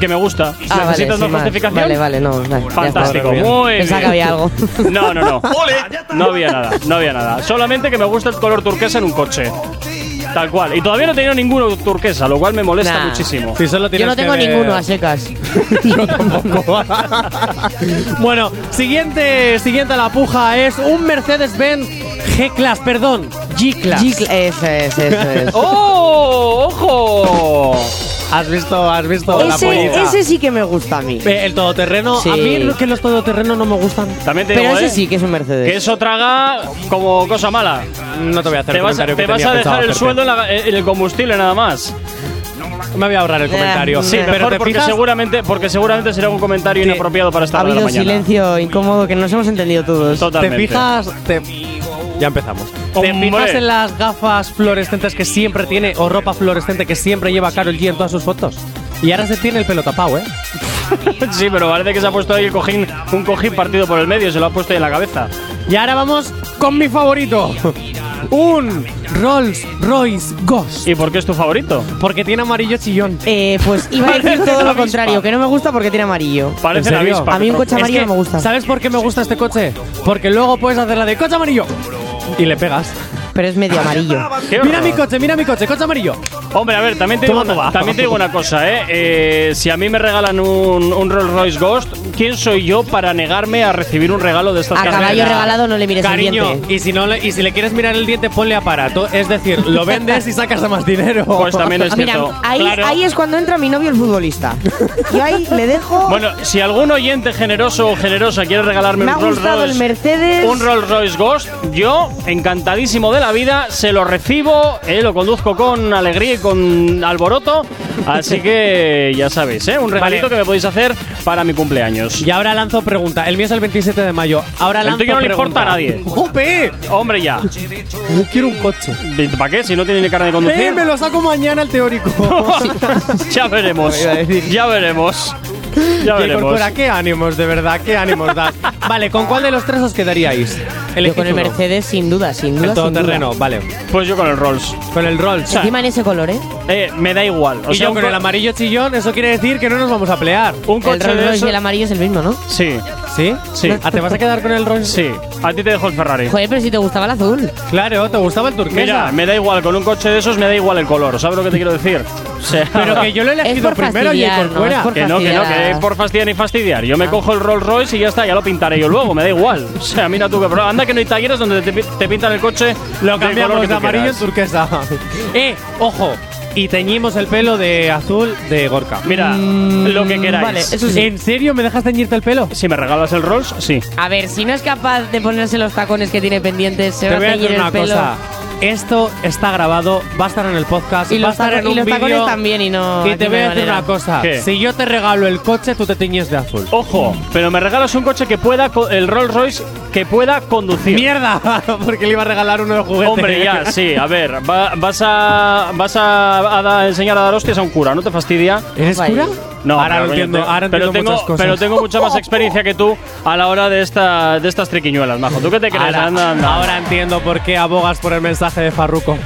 [SPEAKER 2] que me gusta.
[SPEAKER 4] Ah, vale,
[SPEAKER 2] ¿Necesitas
[SPEAKER 4] sin
[SPEAKER 2] una
[SPEAKER 4] más.
[SPEAKER 2] justificación?
[SPEAKER 4] Vale, vale, no. vale, ya está.
[SPEAKER 2] Fantástico,
[SPEAKER 3] Ahora bien.
[SPEAKER 2] muy
[SPEAKER 4] Pensaba que
[SPEAKER 2] bien.
[SPEAKER 4] había algo.
[SPEAKER 2] No, no, no. No había nada, no había nada. Solamente que me gusta el color turquesa en un coche. Tal cual. Y todavía no he tenido ninguno turquesa, lo cual me molesta
[SPEAKER 4] Nah.
[SPEAKER 2] muchísimo.
[SPEAKER 3] Si solo
[SPEAKER 4] Yo
[SPEAKER 3] tienes
[SPEAKER 4] no
[SPEAKER 3] que
[SPEAKER 4] tengo
[SPEAKER 3] ver-
[SPEAKER 4] ninguno a secas.
[SPEAKER 3] Yo tampoco. bueno, siguiente, siguiente a la puja es un Mercedes-Benz G-Class, perdón, G-Class.
[SPEAKER 4] Chicle- Eso es, eso es.
[SPEAKER 2] ¡Oh! ¡Ojo!
[SPEAKER 3] ¿Has visto, has visto la
[SPEAKER 4] ese,
[SPEAKER 3] pollita?
[SPEAKER 4] ese sí que me gusta a mí.
[SPEAKER 3] Eh, El todoterreno,
[SPEAKER 4] Sí.
[SPEAKER 3] a mí lo que los todoterrenos no me gustan.
[SPEAKER 2] También te
[SPEAKER 4] Pero
[SPEAKER 2] digo,
[SPEAKER 4] ese
[SPEAKER 2] ¿eh?
[SPEAKER 4] sí que es un Mercedes.
[SPEAKER 2] Que eso traga como cosa mala.
[SPEAKER 3] No te voy a hacer
[SPEAKER 2] Te
[SPEAKER 3] el
[SPEAKER 2] vas,
[SPEAKER 3] comentario
[SPEAKER 2] te
[SPEAKER 3] que
[SPEAKER 2] vas
[SPEAKER 3] tenía
[SPEAKER 2] a
[SPEAKER 3] pensado
[SPEAKER 2] dejar el
[SPEAKER 3] hacerte.
[SPEAKER 2] sueldo en, la- en el combustible nada más.
[SPEAKER 3] Me voy a ahorrar el comentario.
[SPEAKER 4] Sí,
[SPEAKER 3] pero
[SPEAKER 2] Eh, Mejor
[SPEAKER 3] te
[SPEAKER 2] porque
[SPEAKER 3] fijas,
[SPEAKER 2] seguramente, porque seguramente será un comentario
[SPEAKER 3] Te-
[SPEAKER 2] inapropiado para
[SPEAKER 4] ha
[SPEAKER 2] esta hora de la
[SPEAKER 4] habido
[SPEAKER 2] mañana.
[SPEAKER 4] silencio incómodo que nos hemos entendido todos.
[SPEAKER 3] te
[SPEAKER 2] Totalmente.
[SPEAKER 3] fijas, te- ya empezamos. ¿Te
[SPEAKER 2] Hombre.
[SPEAKER 3] fijas en las gafas fluorescentes que siempre tiene o ropa fluorescente que siempre lleva Carol G en todas sus fotos? Y ahora se tiene el pelo tapado, ¿eh?
[SPEAKER 2] sí, pero parece que se ha puesto ahí el cojín, un cojín partido por el medio, se lo ha puesto ahí en la cabeza.
[SPEAKER 3] Y ahora vamos con mi favorito. Un Rolls Royce Ghost.
[SPEAKER 2] ¿Y por qué es tu favorito?
[SPEAKER 3] Porque tiene amarillo chillón.
[SPEAKER 4] Eh, pues iba a decir todo
[SPEAKER 2] Parece la
[SPEAKER 4] lo contrario,
[SPEAKER 2] avispa.
[SPEAKER 4] que no me gusta porque tiene amarillo.
[SPEAKER 2] Parece
[SPEAKER 3] ¿En
[SPEAKER 2] la
[SPEAKER 3] serio?
[SPEAKER 2] avispa.
[SPEAKER 4] A mí un
[SPEAKER 2] Petro.
[SPEAKER 4] coche
[SPEAKER 2] Es
[SPEAKER 4] amarillo
[SPEAKER 2] que-
[SPEAKER 4] no me gusta.
[SPEAKER 3] ¿Sabes por qué me gusta este coche? Porque luego puedes hacer la de coche amarillo. Y le pegas.
[SPEAKER 4] Pero es medio amarillo.
[SPEAKER 2] qué
[SPEAKER 3] Mira
[SPEAKER 2] horror.
[SPEAKER 3] mi coche, mira mi coche, coche amarillo.
[SPEAKER 2] Hombre, a ver, también te digo,
[SPEAKER 3] Toma,
[SPEAKER 2] una,
[SPEAKER 3] toma.
[SPEAKER 2] también te digo una cosa, ¿eh? Eh, Si a mí me regalan un, un Rolls Royce Ghost, ¿quién soy yo para negarme a recibir un regalo de estas
[SPEAKER 4] A
[SPEAKER 2] carreras?
[SPEAKER 4] caballo regalado no le mires el
[SPEAKER 3] Cariño,
[SPEAKER 4] diente.
[SPEAKER 3] y si, no le, y si le quieres mirar el diente, ponle aparato. Es decir, lo vendes y sacas más dinero.
[SPEAKER 2] Pues también es
[SPEAKER 4] Ah, Mira,
[SPEAKER 2] cierto.
[SPEAKER 4] ahí,
[SPEAKER 2] Claro.
[SPEAKER 4] ahí es cuando entra mi novio el futbolista. Yo ahí le dejo.
[SPEAKER 2] Bueno, si algún oyente generoso o generosa quiere regalarme
[SPEAKER 4] me ha
[SPEAKER 2] un Rolls
[SPEAKER 4] gustado el
[SPEAKER 2] Royce,
[SPEAKER 4] Mercedes.
[SPEAKER 2] un Rolls Royce Ghost, yo encantadísimo de la vida, se lo recibo, eh, lo conduzco con alegría y con alboroto, así que ya sabéis, ¿eh? un regalito
[SPEAKER 3] Vale.
[SPEAKER 2] que me podéis hacer para mi cumpleaños.
[SPEAKER 3] Y ahora lanzo pregunta. El mío es el 27 de mayo. Ahora
[SPEAKER 2] El
[SPEAKER 3] lanzo
[SPEAKER 2] tuyo no le
[SPEAKER 3] pregunta.
[SPEAKER 2] importa a nadie.
[SPEAKER 3] ¡Jope!
[SPEAKER 2] Hombre ya,
[SPEAKER 3] Yo quiero un coche.
[SPEAKER 2] ¿para qué? Si no tiene ni carne de conducir.
[SPEAKER 3] ¡Eh, me lo saco mañana el teórico!
[SPEAKER 2] ya veremos.
[SPEAKER 3] Iba a decir.
[SPEAKER 2] Ya veremos. Ya
[SPEAKER 3] Qué
[SPEAKER 2] veremos.
[SPEAKER 3] corcora, qué ánimos, de verdad, qué ánimos das. vale, ¿con cuál de los tres os quedaríais?
[SPEAKER 4] Yo
[SPEAKER 3] Elegid
[SPEAKER 4] con el
[SPEAKER 3] uno.
[SPEAKER 4] Mercedes, sin duda, sin duda.
[SPEAKER 3] El
[SPEAKER 4] sin duda.
[SPEAKER 3] todoterreno, vale.
[SPEAKER 2] Pues yo con el Rolls.
[SPEAKER 3] Con el Rolls.
[SPEAKER 4] Encima en ese color, ¿eh?
[SPEAKER 2] Eh, me da igual. O
[SPEAKER 3] y
[SPEAKER 2] sea,
[SPEAKER 3] yo
[SPEAKER 2] un
[SPEAKER 3] con
[SPEAKER 2] co-
[SPEAKER 3] el amarillo chillón, eso quiere decir que no nos vamos a pelear.
[SPEAKER 2] un
[SPEAKER 4] El
[SPEAKER 2] coche
[SPEAKER 4] Rolls
[SPEAKER 2] de
[SPEAKER 4] Royce
[SPEAKER 2] eso.
[SPEAKER 4] y el amarillo es el mismo, ¿no?
[SPEAKER 2] Sí,
[SPEAKER 3] ¿Sí?
[SPEAKER 2] Sí.
[SPEAKER 3] Ah, ¿Te vas a quedar con el Rolls?
[SPEAKER 2] sí. A ti te dejo el Ferrari.
[SPEAKER 4] Joder, pero si te gustaba el azul.
[SPEAKER 3] Claro, ¿te gustaba el turquesa?
[SPEAKER 2] Mira, me da igual. Con un coche de esos me da igual el color. ¿Sabes lo que te quiero decir? O sea,
[SPEAKER 3] Pero que yo lo he
[SPEAKER 4] Es
[SPEAKER 3] elegido
[SPEAKER 4] por
[SPEAKER 3] primero y por
[SPEAKER 4] fastidiar,
[SPEAKER 3] Ah.
[SPEAKER 4] ¿no?
[SPEAKER 3] fuera.
[SPEAKER 4] Es por
[SPEAKER 2] Que no, que no, que
[SPEAKER 4] fastidiar.
[SPEAKER 2] por fastidiar ni fastidiar. Yo me cojo el Rolls Royce y ya está, ya lo pintaré yo luego, me da igual. O sea, mira tú que pro- Anda que no hay talleres donde te, pi- te pintan el coche.
[SPEAKER 3] Lo
[SPEAKER 2] del color
[SPEAKER 3] cambiamos
[SPEAKER 2] que
[SPEAKER 3] de
[SPEAKER 2] tú
[SPEAKER 3] amarillo en
[SPEAKER 2] quieras.
[SPEAKER 3] turquesa. eh, ojo. Y teñimos el pelo de azul de Gorka.
[SPEAKER 2] Mira,
[SPEAKER 3] mm,
[SPEAKER 2] lo que queráis.
[SPEAKER 4] vale, eso sí.
[SPEAKER 3] ¿En serio me dejas teñirte el pelo?
[SPEAKER 2] Si me regalas el Rolls, sí.
[SPEAKER 4] A ver, si no es capaz de ponerse los tacones que tiene pendientes, se
[SPEAKER 3] Te
[SPEAKER 4] va a
[SPEAKER 3] voy a
[SPEAKER 4] teñir
[SPEAKER 3] decir una
[SPEAKER 4] el pelo.
[SPEAKER 3] cosa. Esto está grabado, va a estar en el podcast,
[SPEAKER 4] Y
[SPEAKER 3] va a
[SPEAKER 4] los,
[SPEAKER 3] estar
[SPEAKER 4] taco-
[SPEAKER 3] en
[SPEAKER 4] y
[SPEAKER 3] un
[SPEAKER 4] los tacones
[SPEAKER 3] vídeo.
[SPEAKER 4] también, y no.
[SPEAKER 3] Y
[SPEAKER 4] aquí
[SPEAKER 3] te
[SPEAKER 4] no
[SPEAKER 3] voy
[SPEAKER 4] hay
[SPEAKER 3] a decir
[SPEAKER 4] manera.
[SPEAKER 3] una cosa.
[SPEAKER 2] ¿Qué? Oh,
[SPEAKER 3] Si yo te regalo el coche, tú te teñes de azul.
[SPEAKER 2] Ojo, pero me regalas un coche que pueda, co- el Rolls Royce, que pueda conducir.
[SPEAKER 3] ¡Mierda! Porque le iba a regalar uno de juguete.
[SPEAKER 2] Hombre, ya, sí, a ver, va- vas a, vas a, a da- enseñar a dar hostias a un cura, ¿no te fastidia?
[SPEAKER 3] ¿Eres
[SPEAKER 4] Guay.
[SPEAKER 3] cura?
[SPEAKER 2] No,
[SPEAKER 3] ahora
[SPEAKER 2] pero
[SPEAKER 3] lo
[SPEAKER 2] coño,
[SPEAKER 3] entiendo,
[SPEAKER 2] te-
[SPEAKER 3] ahora
[SPEAKER 2] pero
[SPEAKER 3] entiendo
[SPEAKER 2] tengo,
[SPEAKER 3] muchas cosas.
[SPEAKER 2] Pero tengo mucha más experiencia que tú a la hora de, esta, de estas triquiñuelas, majo. ¿Tú qué te crees?
[SPEAKER 3] Ahora,
[SPEAKER 2] Anda, anda.
[SPEAKER 3] ahora entiendo por qué abogas por el mensaje de Farruko.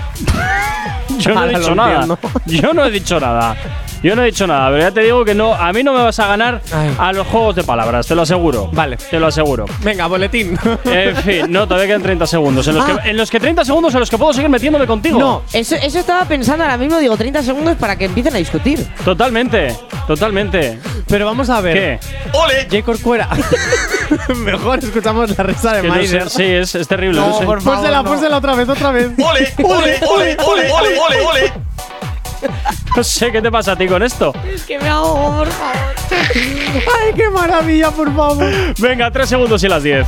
[SPEAKER 2] Yo no he
[SPEAKER 3] Ahora
[SPEAKER 2] dicho
[SPEAKER 3] lo
[SPEAKER 2] nada.
[SPEAKER 3] entiendo.
[SPEAKER 2] Yo no he dicho nada. Yo no he dicho nada, pero ya te digo que no, a mí no me vas a ganar
[SPEAKER 3] Ay.
[SPEAKER 2] a los juegos de palabras, te lo aseguro.
[SPEAKER 3] Vale.
[SPEAKER 2] Te lo aseguro.
[SPEAKER 3] Venga, boletín.
[SPEAKER 2] En fin, no, todavía quedan 30 segundos. En los,
[SPEAKER 4] Ah.
[SPEAKER 2] que, en los que 30 segundos en los que puedo seguir metiéndome contigo.
[SPEAKER 3] No.
[SPEAKER 4] Eso, eso estaba pensando ahora mismo, digo, 30 segundos para que empiecen a discutir.
[SPEAKER 2] Totalmente, totalmente.
[SPEAKER 3] Pero vamos a
[SPEAKER 2] ¿Qué?
[SPEAKER 3] ver.
[SPEAKER 5] ¡Ole!
[SPEAKER 3] J. Corcuera. Mejor escuchamos la risa de
[SPEAKER 2] Que no sé-
[SPEAKER 3] Maider.
[SPEAKER 2] sí, es, es terrible. no sé.
[SPEAKER 3] Pónsela, pónsela otra vez, otra vez.
[SPEAKER 5] ¡Ole! ¡Ole! ¡Ole! ¡Ole! ¡Ole! ¡Ole! ¡Ole!
[SPEAKER 2] No sé qué te pasa a ti con esto.
[SPEAKER 4] Es que me ahogo, por favor.
[SPEAKER 3] ¡Ay, qué maravilla, por favor!
[SPEAKER 2] Venga, tres segundos y las 10.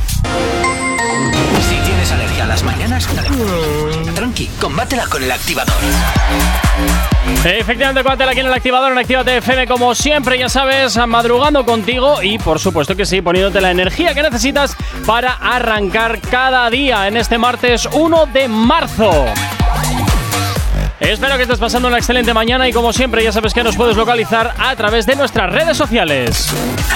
[SPEAKER 5] Si tienes alergia a las mañanas, tranqui, combátela con el activador.
[SPEAKER 2] Efectivamente, cuéntale aquí en el activador, en Actívate FM, como siempre, ya sabes, madrugando contigo y por supuesto que sí, poniéndote la energía que necesitas para arrancar cada día en este martes 1 de marzo. Espero que estés pasando una excelente mañana y como siempre ya sabes que nos puedes localizar a través de nuestras redes sociales.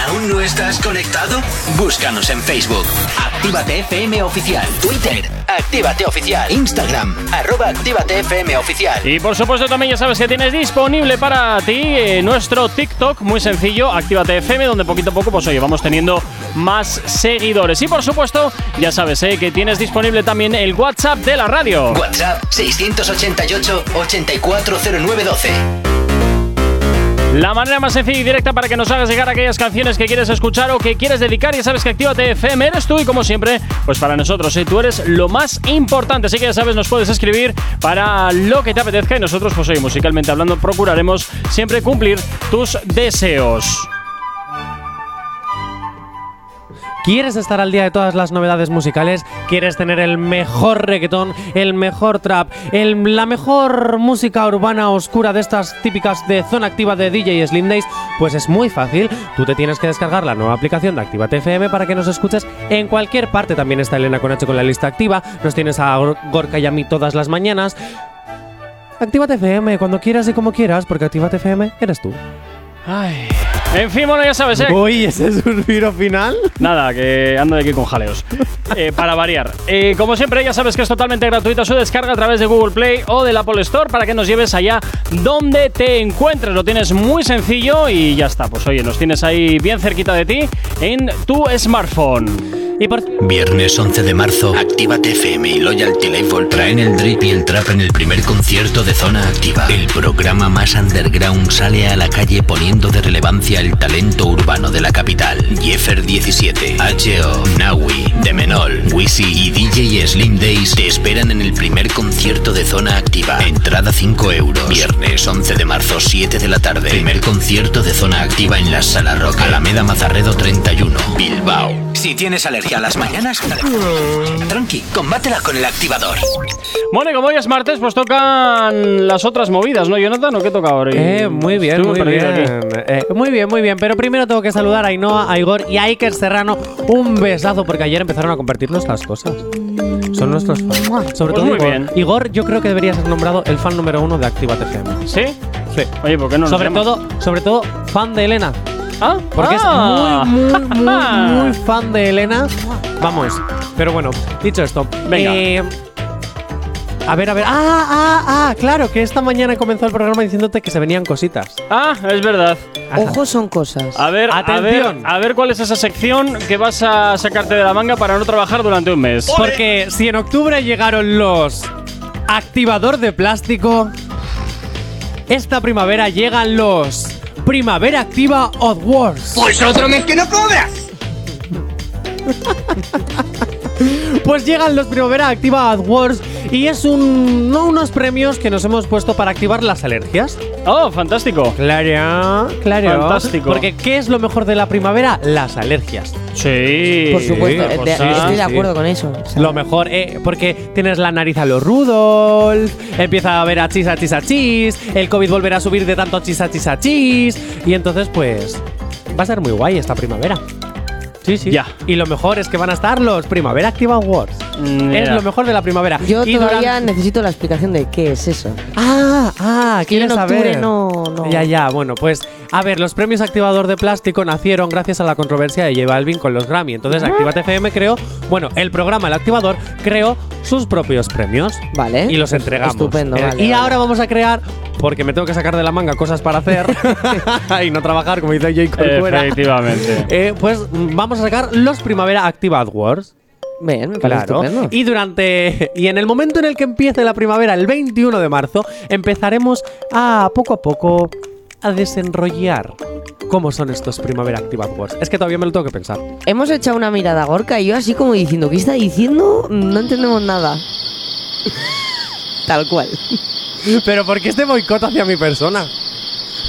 [SPEAKER 5] ¿Aún no estás conectado? Búscanos en Facebook.
[SPEAKER 1] Actívate FM Oficial.
[SPEAKER 5] Twitter, Actívate Oficial.
[SPEAKER 1] Instagram, arroba Actívate FM Oficial.
[SPEAKER 2] Y por supuesto también ya sabes que tienes disponible para ti eh, nuestro TikTok, muy sencillo, Actívate FM, donde poquito a poco pues oye, vamos teniendo más seguidores. Y por supuesto, ya sabes eh, que tienes disponible también el WhatsApp de la radio.
[SPEAKER 1] WhatsApp 688 840912.
[SPEAKER 2] La manera más sencilla y directa para que nos hagas llegar aquellas canciones que quieres escuchar o que quieres dedicar. Ya sabes que Actívate FM eres tú y como siempre, pues para nosotros eh, tú eres lo más importante. Así que ya sabes, nos puedes escribir para lo que te apetezca y nosotros pues hoy musicalmente hablando procuraremos siempre cumplir tus deseos.
[SPEAKER 3] ¿Quieres estar al día de todas las novedades musicales? ¿Quieres tener el mejor reggaetón, el mejor trap, el- la mejor música urbana oscura de estas típicas de zona activa de DJ Slim Days? Pues es muy fácil. Tú te tienes que descargar la nueva aplicación de Actívate FM para que nos escuches en cualquier parte. También está Elena con H con la lista activa. Nos tienes a Gor- Gorka y a mí todas las mañanas. Actívate FM cuando quieras y como quieras, porque Actívate FM eres tú.
[SPEAKER 2] Ay. En fin, bueno, ya sabes, ¿eh?
[SPEAKER 3] Uy, ese suspiro final.
[SPEAKER 2] Nada, que ando de aquí con jaleos. Eh, para variar. Eh, como siempre, ya sabes que es totalmente gratuita su descarga a través de Google Play o del Apple Store para que nos lleves allá donde te encuentres. Lo tienes muy sencillo y ya está. Pues oye, nos tienes ahí bien cerquita de ti en tu smartphone.
[SPEAKER 3] Y por
[SPEAKER 1] Viernes 11 de marzo, Actívate FM y Loyalty Label traen el drip y el trap en el primer concierto de Zona Activa. El programa más underground sale a la calle poniendo de relevancia el talento urbano de la capital. Jeffer 17, H.O., Nawi, Demenol, Wisi y DJ Slim Days te esperan en el primer concierto de Zona Activa. Entrada 5 euros. Viernes 11 de marzo, 7 de la tarde. Primer concierto de Zona Activa en la Sala Roca. Alameda Mazarredo 31, Bilbao.
[SPEAKER 5] Si tienes alergia a las mañanas, dale. tranqui, combátela con el activador.
[SPEAKER 2] Bueno, y como hoy es martes, pues tocan las otras movidas, ¿no, Jonathan? ¿O qué toca ahora?
[SPEAKER 3] Eh, muy bien,
[SPEAKER 2] Estuve
[SPEAKER 3] muy bien.
[SPEAKER 2] perdido aquí.
[SPEAKER 3] Eh, muy bien, muy bien. Pero primero tengo que saludar a Ainhoa, a Igor y a Iker Serrano. Un besazo, porque ayer empezaron a compartirnos las cosas. Son nuestros fans. Sobre
[SPEAKER 2] Pues
[SPEAKER 3] todo
[SPEAKER 2] muy
[SPEAKER 3] Igor.
[SPEAKER 2] bien.
[SPEAKER 3] Igor, yo creo que debería ser nombrado el fan número uno de Activa TCM.
[SPEAKER 2] ¿Sí?
[SPEAKER 3] Sí.
[SPEAKER 2] Oye, ¿por qué no nos
[SPEAKER 3] sobre
[SPEAKER 2] llamas?
[SPEAKER 3] todo, sobre todo, fan de Elena.
[SPEAKER 2] ¿Ah?
[SPEAKER 3] Porque
[SPEAKER 2] Ah.
[SPEAKER 3] es muy, muy, muy, muy fan de Elena. Vamos. Pero bueno, dicho esto.
[SPEAKER 2] Venga.
[SPEAKER 3] eh, a ver, a ver. Ah, ah, ah. Claro, que esta mañana comenzó el programa diciéndote que se venían cositas.
[SPEAKER 2] Ah, es verdad.
[SPEAKER 4] Ojos son cosas.
[SPEAKER 2] A ver, a ver,
[SPEAKER 3] Atención.
[SPEAKER 2] a ver cuál es esa sección que vas a sacarte de la manga para no trabajar durante un mes.
[SPEAKER 3] Porque si en octubre llegaron los activador de plástico, esta primavera llegan los Primavera Activa of Wars.
[SPEAKER 5] Pues otro mes que no cobras.
[SPEAKER 3] Pues llegan los Primavera Activa AdWords y es un, no unos premios que nos hemos puesto para activar las alergias.
[SPEAKER 2] Oh, fantástico.
[SPEAKER 3] Claro, claro.
[SPEAKER 2] Fantástico.
[SPEAKER 3] Porque ¿qué es lo mejor de la primavera? Las alergias.
[SPEAKER 2] Sí.
[SPEAKER 4] Por supuesto, eh, de-
[SPEAKER 2] pues sí.
[SPEAKER 4] estoy de
[SPEAKER 3] sí.
[SPEAKER 4] acuerdo con eso. O sea,
[SPEAKER 3] Lo mejor, eh, porque tienes la nariz a los Rudolf, empieza a haber a chis, a chis, a chis, el COVID volverá a subir de tanto chis, a chis, a chis, y entonces pues va a ser muy guay esta primavera. Sí, sí.
[SPEAKER 2] Ya.
[SPEAKER 3] Y lo mejor es que van a estar los Primavera Activa Awards.
[SPEAKER 2] Mm,
[SPEAKER 3] Es
[SPEAKER 2] ya.
[SPEAKER 3] lo mejor de la primavera.
[SPEAKER 4] Yo
[SPEAKER 3] Y
[SPEAKER 4] todavía
[SPEAKER 3] durante-
[SPEAKER 4] necesito la explicación de qué es eso.
[SPEAKER 3] Ah, ah,
[SPEAKER 4] Que yo en
[SPEAKER 3] quieres
[SPEAKER 4] octubre
[SPEAKER 3] saber.
[SPEAKER 4] no- no.
[SPEAKER 3] Ya, ya, bueno, pues a ver, los premios Activador de Plástico nacieron gracias a la controversia de J Balvin con los Grammy. Entonces,
[SPEAKER 4] Ah.
[SPEAKER 3] Activate FM creó, bueno, el programa El Activador creó sus propios premios.
[SPEAKER 4] Vale.
[SPEAKER 3] Y los entregamos.
[SPEAKER 4] Estupendo,
[SPEAKER 3] Eh,
[SPEAKER 4] vale,
[SPEAKER 3] y
[SPEAKER 4] vale.
[SPEAKER 3] ahora vamos a crear, porque me tengo que sacar de la manga cosas para hacer y no trabajar, como dice Jay Corcuera.
[SPEAKER 2] Efectivamente.
[SPEAKER 3] Eh, pues mm, vamos a sacar los Primavera Activa Awards.
[SPEAKER 4] Bien, me parece
[SPEAKER 3] Claro.
[SPEAKER 4] estupendo.
[SPEAKER 3] Y durante y en el momento en el que empiece la primavera, el 21 de marzo, empezaremos a poco a poco a desenrollar cómo son estos primavera Activa Awards. Es que todavía me lo tengo que pensar.
[SPEAKER 4] Hemos echado una mirada a Gorka y yo así como diciendo, ¿qué está diciendo? No entendemos nada. Tal cual.
[SPEAKER 3] Pero ¿por qué este boicot hacia mi persona?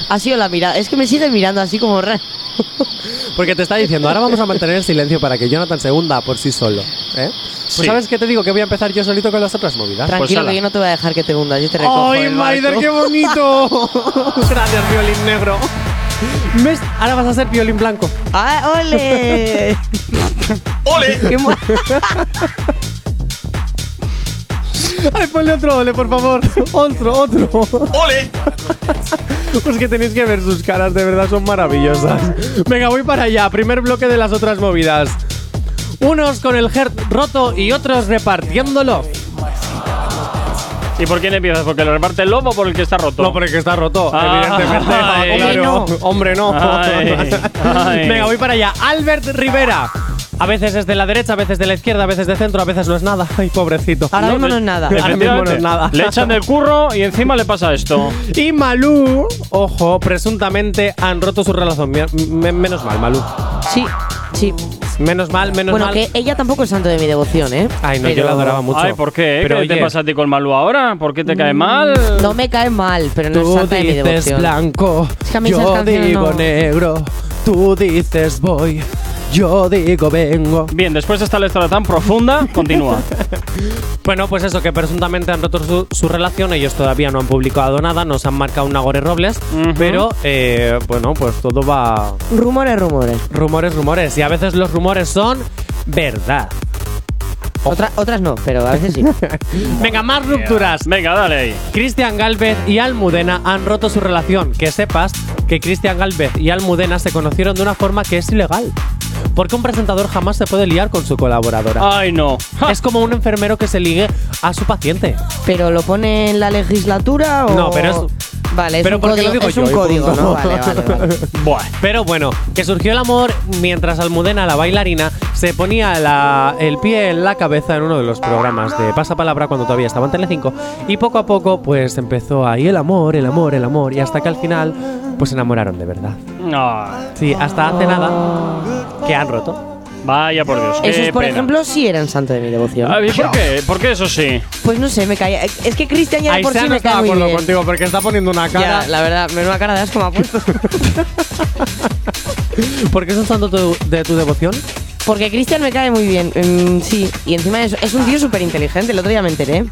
[SPEAKER 4] Ha sido la mirada. Es que me sigue mirando así como raro.
[SPEAKER 3] Pues Porque te está diciendo, ahora vamos a mantener el silencio para que Jonathan se hunda por sí solo. ¿eh? Pues
[SPEAKER 2] Sí.
[SPEAKER 3] sabes qué te digo, que voy a empezar yo solito con las otras movidas. Pues
[SPEAKER 4] Tranquilo
[SPEAKER 2] ala.
[SPEAKER 4] que yo no te voy a dejar que te hundas. Yo te recojo
[SPEAKER 3] ¡Ay,
[SPEAKER 4] del barco.
[SPEAKER 3] Maider, qué bonito! Gracias, violín negro. ¿Ves? Ahora vas a ser violín blanco.
[SPEAKER 4] ¡Ah, ole! ¡Ole!
[SPEAKER 3] Ay, ponle otro ole, por favor. Otro, otro. ¡Ole! pues que tenéis que ver sus caras, de verdad son maravillosas. Venga, voy para allá. Primer bloque de las otras movidas. Unos con el heart roto y otros repartiéndolo.
[SPEAKER 2] ¿Y por quién empiezas? ¿Porque lo reparte el lobo o por el que está roto?
[SPEAKER 3] No, porque está roto,
[SPEAKER 2] Ah,
[SPEAKER 3] evidentemente.
[SPEAKER 2] ay.
[SPEAKER 3] Hombre, no. Hombre, no.
[SPEAKER 2] Ay, ay.
[SPEAKER 3] Venga, voy para allá. Albert Rivera. A veces es de la derecha, a veces de la izquierda, a veces de centro, a veces no es nada. Ay, pobrecito.
[SPEAKER 4] Ahora mismo no es nada.
[SPEAKER 3] Ahora mismo no es
[SPEAKER 2] Efectivamente.
[SPEAKER 3] nada.
[SPEAKER 2] Le echan del curro y encima le pasa esto.
[SPEAKER 3] Y Malú, ojo, presuntamente han roto su relación. Mier- me- menos mal, Malú.
[SPEAKER 4] Sí, sí.
[SPEAKER 3] Menos mal, menos
[SPEAKER 4] bueno,
[SPEAKER 3] mal.
[SPEAKER 4] que ella tampoco es santo de mi devoción, ¿eh?
[SPEAKER 3] Ay, no, yo
[SPEAKER 4] Pero-
[SPEAKER 3] la adoraba mucho.
[SPEAKER 2] Ay, ¿por qué?
[SPEAKER 3] Pero
[SPEAKER 2] ¿Qué te
[SPEAKER 3] oye,
[SPEAKER 2] pasa a ti con Malú ahora? ¿Por qué te cae mal?
[SPEAKER 4] No me cae mal, pero no es
[SPEAKER 3] Tú
[SPEAKER 4] santa de mi
[SPEAKER 3] dices
[SPEAKER 4] devoción.
[SPEAKER 3] blanco,
[SPEAKER 4] Es que a mí esas
[SPEAKER 3] yo
[SPEAKER 4] canciones
[SPEAKER 3] digo
[SPEAKER 4] no-
[SPEAKER 3] negro, tú dices voy, Yo digo, vengo.
[SPEAKER 2] Bien, después de esta letra tan profunda, continúa.
[SPEAKER 3] Bueno, pues eso, que presuntamente han roto su, su relación, ellos todavía no han publicado nada, nos han marcado un Nagore Robles,
[SPEAKER 2] Ujú.
[SPEAKER 3] pero eh, bueno, pues todo va.
[SPEAKER 4] Rumores, rumores.
[SPEAKER 3] Rumores, rumores, y a veces los rumores son verdad.
[SPEAKER 4] Otra- otras no, pero a veces sí.
[SPEAKER 3] Venga, más rupturas.
[SPEAKER 2] Venga, dale ahí.
[SPEAKER 3] Cristian Galvez y Almudena han roto su relación. Que sepas que Cristian Galvez y Almudena se conocieron de una forma que es ilegal. Porque un presentador jamás se puede liar con su colaboradora.
[SPEAKER 2] Ay, no. Ah, Ja.
[SPEAKER 3] Es como un enfermero que se ligue a su paciente.
[SPEAKER 4] ¿Pero lo pone en la legislatura o.?
[SPEAKER 3] No, pero es-
[SPEAKER 4] Vale, es
[SPEAKER 3] pero
[SPEAKER 4] un
[SPEAKER 3] porque lo
[SPEAKER 4] código,
[SPEAKER 3] digo
[SPEAKER 4] es
[SPEAKER 3] yo
[SPEAKER 4] un
[SPEAKER 3] y
[SPEAKER 4] código,
[SPEAKER 3] punto.
[SPEAKER 4] ¿no? Vale, vale, vale.
[SPEAKER 2] Buah.
[SPEAKER 3] Pero bueno, que surgió el amor mientras Almudena, la bailarina, se ponía la- el pie en la cabeza en uno de los programas de Pasapalabra cuando todavía estaba en Telecinco y poco a poco pues empezó ahí el amor, el amor, el amor y hasta que al final pues se enamoraron de verdad.
[SPEAKER 2] No.
[SPEAKER 3] Sí, hasta hace nada que han roto.
[SPEAKER 2] Vaya por Dios.
[SPEAKER 4] Esos,
[SPEAKER 2] qué
[SPEAKER 4] por
[SPEAKER 2] pena.
[SPEAKER 4] ejemplo, sí eran santo de mi devoción.
[SPEAKER 2] Ay, ¿Por qué? ¿Por qué eso sí?
[SPEAKER 4] Pues no sé, me caía. Es que Cristian ya de por sí me cae muy bien.
[SPEAKER 3] porque está poniendo una
[SPEAKER 4] Ya, la verdad, menuda cara de asco me ha puesto.
[SPEAKER 3] ¿Por qué es un santo tu- de tu devoción?
[SPEAKER 4] Porque Cristian me cae muy bien, mm, sí. Y encima es, es un tío súper inteligente, el otro día me enteré.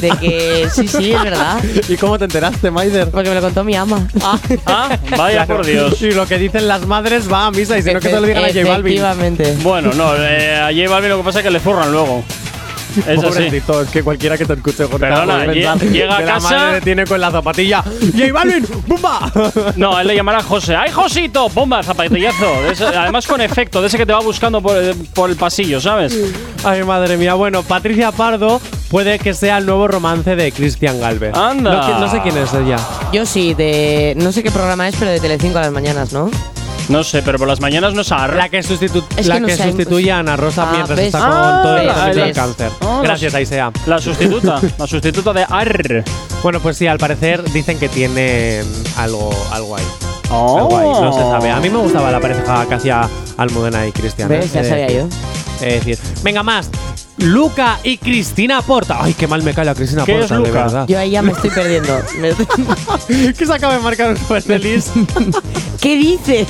[SPEAKER 4] De que sí, sí, es verdad.
[SPEAKER 3] ¿Y cómo te enteraste, Maider?
[SPEAKER 4] Porque me lo contó mi ama.
[SPEAKER 2] Ah, vaya por Dios.
[SPEAKER 3] Y lo que dicen las madres va a misa y si no que se lo digan a J Balvin.
[SPEAKER 4] Efectivamente.
[SPEAKER 2] Bueno, no, eh, a J Balvin lo que pasa es que le zurran luego. Es así.
[SPEAKER 3] Pobrecito, es que cualquiera que te escuche con
[SPEAKER 2] Perdona, lle- llega a casa-
[SPEAKER 3] madre le tiene con la zapatilla. ¡J Balvin! ¡Bumba!
[SPEAKER 2] No, él le llamará José. ¡Ay, Josito! ¡Bomba, zapatillazo! De ese- además con efecto, de ese que te va buscando por, eh, por el pasillo, ¿sabes?
[SPEAKER 3] Ay, madre mía. Bueno, Patricia Pardo puede que sea el nuevo romance de Cristian Galvez.
[SPEAKER 2] Anda.
[SPEAKER 3] No, qui- no sé quién es ella.
[SPEAKER 4] Yo sí, de. No sé qué programa es, pero de Telecinco a las mañanas, ¿no?
[SPEAKER 2] No sé, pero por las mañanas no se
[SPEAKER 3] La
[SPEAKER 2] arra.
[SPEAKER 3] que, sustitu-
[SPEAKER 4] Es que
[SPEAKER 3] la
[SPEAKER 4] no
[SPEAKER 3] que
[SPEAKER 4] sé.
[SPEAKER 3] sustituye a Ana Rosa
[SPEAKER 4] Ah,
[SPEAKER 3] mientras
[SPEAKER 4] ves.
[SPEAKER 3] está con
[SPEAKER 4] Ah,
[SPEAKER 3] todo el
[SPEAKER 4] ves,
[SPEAKER 3] tratamiento del
[SPEAKER 4] ves.
[SPEAKER 3] cáncer.
[SPEAKER 2] Ah,
[SPEAKER 3] Gracias,
[SPEAKER 2] no sé.
[SPEAKER 3] Aisea.
[SPEAKER 2] La sustituta, la sustituta de Ar.
[SPEAKER 3] Bueno, pues sí, al parecer dicen que tienen algo, algo ahí.
[SPEAKER 2] Oh.
[SPEAKER 3] Algo ahí, no se sabe. A mí me gustaba la pareja que hacía Almudena y Cristian. ¿eh?
[SPEAKER 4] ¿Ves? Ya
[SPEAKER 3] He de
[SPEAKER 4] sabía
[SPEAKER 3] decir.
[SPEAKER 4] yo.
[SPEAKER 3] He de decir. Venga, más. Luca y Cristina Porta. Ay, qué mal me cae la Cristina
[SPEAKER 2] ¿Qué
[SPEAKER 3] Porta,
[SPEAKER 2] es Luca?
[SPEAKER 3] Ah.
[SPEAKER 4] Yo ahí ya me estoy perdiendo. Me estoy-
[SPEAKER 3] que se acaba de marcar un feliz.
[SPEAKER 4] ¿Qué dices?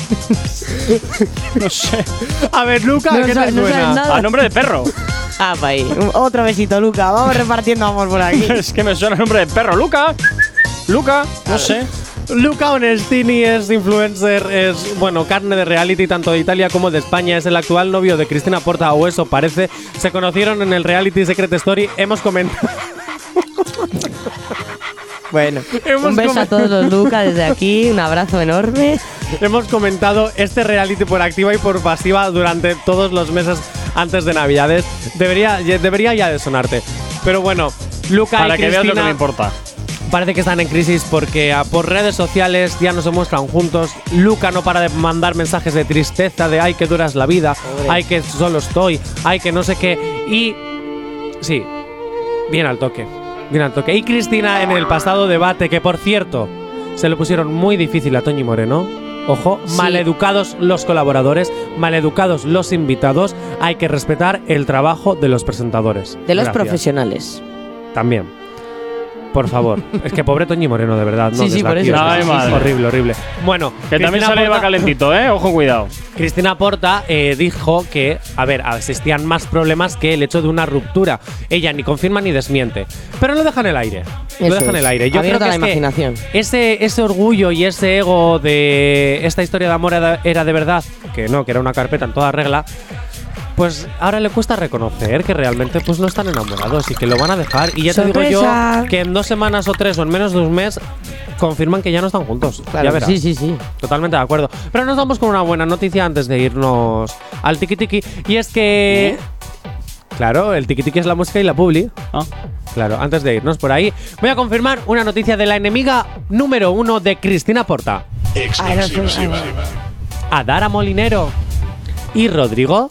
[SPEAKER 2] No sé.
[SPEAKER 3] A ver, Luca,
[SPEAKER 4] No
[SPEAKER 3] ¿qué
[SPEAKER 4] sa-
[SPEAKER 3] te
[SPEAKER 4] no sabes
[SPEAKER 3] suena?
[SPEAKER 4] nada.
[SPEAKER 2] A nombre de perro.
[SPEAKER 4] Ah, pa' ahí. Otro besito, Luca. Vamos repartiendo amor por aquí.
[SPEAKER 2] Es que me suena el nombre de perro. Luca. Luca, no sé.
[SPEAKER 3] Luca Onestini es influencer, es, bueno, carne de reality tanto de Italia como de España. Es el actual novio de Cristina Porta, o eso parece. Se conocieron en el reality Secret Story. Hemos comentado.
[SPEAKER 4] Bueno,
[SPEAKER 3] Hemos
[SPEAKER 4] un beso
[SPEAKER 3] comen-
[SPEAKER 4] a todos los Lucas desde aquí, un abrazo enorme.
[SPEAKER 3] Hemos comentado este reality por activa y por pasiva durante todos los meses antes de Navidades. Debería, ye- debería ya de sonarte. Pero bueno, Luca
[SPEAKER 2] Para
[SPEAKER 3] y
[SPEAKER 2] que veas lo que
[SPEAKER 3] Cristina
[SPEAKER 2] me importa.
[SPEAKER 3] parece que están en crisis porque ah, por redes sociales ya no se muestran juntos. Luca no para de mandar mensajes de tristeza, de ay que duras la vida, ay que solo estoy, ay que no sé qué. Y sí, bien al toque, bien al toque. Y Cristina en el pasado debate, que por cierto, se lo pusieron muy difícil a Toñi Moreno. Ojo, maleducados los colaboradores, maleducados los invitados. Hay que respetar el trabajo de los presentadores.
[SPEAKER 4] De los
[SPEAKER 3] Gracias.
[SPEAKER 4] profesionales.
[SPEAKER 3] También. Por favor. es que pobre Toñi Moreno, de verdad. No,
[SPEAKER 4] Sí, sí,
[SPEAKER 3] desde
[SPEAKER 4] por
[SPEAKER 3] aquí,
[SPEAKER 4] eso.
[SPEAKER 3] desde
[SPEAKER 2] Ay,
[SPEAKER 3] aquí.
[SPEAKER 2] madre.
[SPEAKER 3] Horrible, horrible. Bueno,
[SPEAKER 2] Que también
[SPEAKER 3] Cristina
[SPEAKER 2] sale va
[SPEAKER 3] Porta-
[SPEAKER 2] calentito, ¿eh? Ojo, cuidado.
[SPEAKER 3] Cristina Porta eh, dijo que, a ver, existían más problemas que el hecho de una ruptura. Ella ni confirma ni desmiente. Pero lo deja en el aire. lo
[SPEAKER 4] Eso
[SPEAKER 3] deja en
[SPEAKER 4] es.
[SPEAKER 3] el aire. Yo creo
[SPEAKER 4] Abierta
[SPEAKER 3] que
[SPEAKER 4] la
[SPEAKER 3] es que
[SPEAKER 4] imaginación.
[SPEAKER 3] ese, ese orgullo y ese ego de esta historia de amor era era de verdad, que no, que era una carpeta en toda regla. Pues ahora le cuesta reconocer que realmente pues no están enamorados y que lo van a dejar. Y ya te digo
[SPEAKER 4] ¡Sorpresa!
[SPEAKER 3] yo que en dos semanas o tres o en menos de un mes confirman que ya no están juntos.
[SPEAKER 4] Claro,
[SPEAKER 3] ya verás.
[SPEAKER 4] sí, sí, sí.
[SPEAKER 3] Totalmente de acuerdo. Pero nos vamos con una buena noticia antes de irnos al tiki tiki. Y es que. ¿Mm? Claro, el tiki tiki es la música y la publi.
[SPEAKER 2] Ah.
[SPEAKER 3] Claro, antes de irnos por ahí, voy a confirmar una noticia de la enemiga número uno de Cristina Porta. Adara Molinero y Rodrigo.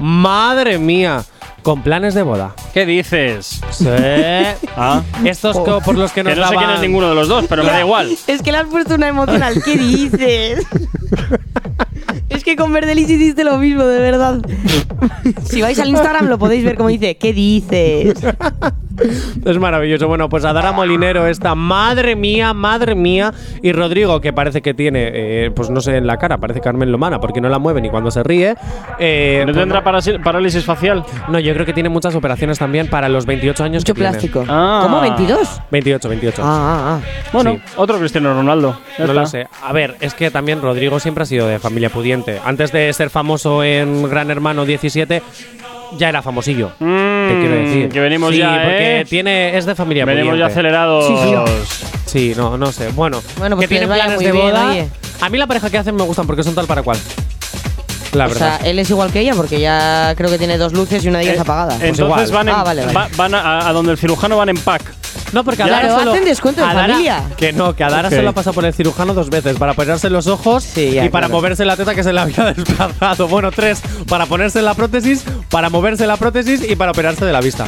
[SPEAKER 3] Madre mía, con planes de boda.
[SPEAKER 2] ¿Qué dices?
[SPEAKER 3] Sí.
[SPEAKER 2] Ah.
[SPEAKER 3] Estos co- por los que nos
[SPEAKER 2] Que no sé
[SPEAKER 3] daban-
[SPEAKER 2] quién es ninguno de los dos, pero me da igual.
[SPEAKER 4] Es que le has puesto una emocional. ¿Qué dices? es que con Verdelis hiciste lo mismo, de verdad. si vais al Instagram lo podéis ver como dice. ¿Qué dices?
[SPEAKER 3] Es maravilloso. Bueno, pues Adara Molinero, esta madre mía, madre mía. Y Rodrigo, que parece que tiene, eh, pues no sé, en la cara, parece Carmen Lomana, porque no la mueve ni cuando se ríe. Eh,
[SPEAKER 2] ¿No
[SPEAKER 3] bueno,
[SPEAKER 2] tendrá parasi- parálisis facial?
[SPEAKER 3] no, yo creo que tiene muchas operaciones también para los 28 años.
[SPEAKER 4] Mucho
[SPEAKER 3] que tiene.
[SPEAKER 4] plástico.
[SPEAKER 2] Ah.
[SPEAKER 4] ¿Cómo? ¿22?
[SPEAKER 3] 28, 28.
[SPEAKER 4] Ah, ah, ah.
[SPEAKER 2] Bueno,
[SPEAKER 3] Sí.
[SPEAKER 2] otro Cristiano Ronaldo. Ya
[SPEAKER 3] No lo
[SPEAKER 2] está.
[SPEAKER 3] sé. A ver, es que también Rodrigo siempre ha sido de familia pudiente. Antes de ser famoso en Gran Hermano 17, ya era famosillo.
[SPEAKER 2] Mm,
[SPEAKER 3] te quiero decir.
[SPEAKER 2] que venimos
[SPEAKER 3] Sí,
[SPEAKER 2] ya,
[SPEAKER 3] porque
[SPEAKER 2] ¿eh?
[SPEAKER 3] tiene, es de familia
[SPEAKER 2] Venimos ya
[SPEAKER 3] pudiente.
[SPEAKER 2] acelerados. Eh,
[SPEAKER 3] Sí, no, no sé. Bueno,
[SPEAKER 4] Bueno, pues
[SPEAKER 3] que
[SPEAKER 4] que
[SPEAKER 3] tiene
[SPEAKER 4] les vaya
[SPEAKER 3] planes
[SPEAKER 4] muy
[SPEAKER 3] de
[SPEAKER 4] bien,
[SPEAKER 3] boda.
[SPEAKER 4] oye.
[SPEAKER 3] A mí la pareja que hacen me gustan porque son tal para cual. La
[SPEAKER 4] O sea,
[SPEAKER 3] verdad.
[SPEAKER 4] él es igual que ella porque ya creo que tiene dos luces y una de ellas
[SPEAKER 2] Eh,
[SPEAKER 4] apagada.
[SPEAKER 2] Entonces
[SPEAKER 3] Pues igual.
[SPEAKER 2] van, en-
[SPEAKER 4] Ah, vale, vale.
[SPEAKER 2] va- van a, a donde el cirujano van en pack.
[SPEAKER 3] no, porque a
[SPEAKER 4] Claro,
[SPEAKER 3] Dara solo-
[SPEAKER 4] hacen descuento de
[SPEAKER 3] a Dara-
[SPEAKER 4] familia.
[SPEAKER 3] Que no, que a Dara
[SPEAKER 2] Ok.
[SPEAKER 3] solo ha pasado por el cirujano dos veces, para ponerse los ojos
[SPEAKER 4] Sí,
[SPEAKER 3] y
[SPEAKER 4] ya,
[SPEAKER 3] para
[SPEAKER 4] claro.
[SPEAKER 3] moverse la teta que se le había desplazado. Bueno, tres, para ponerse la prótesis, para moverse la prótesis y para operarse de la vista.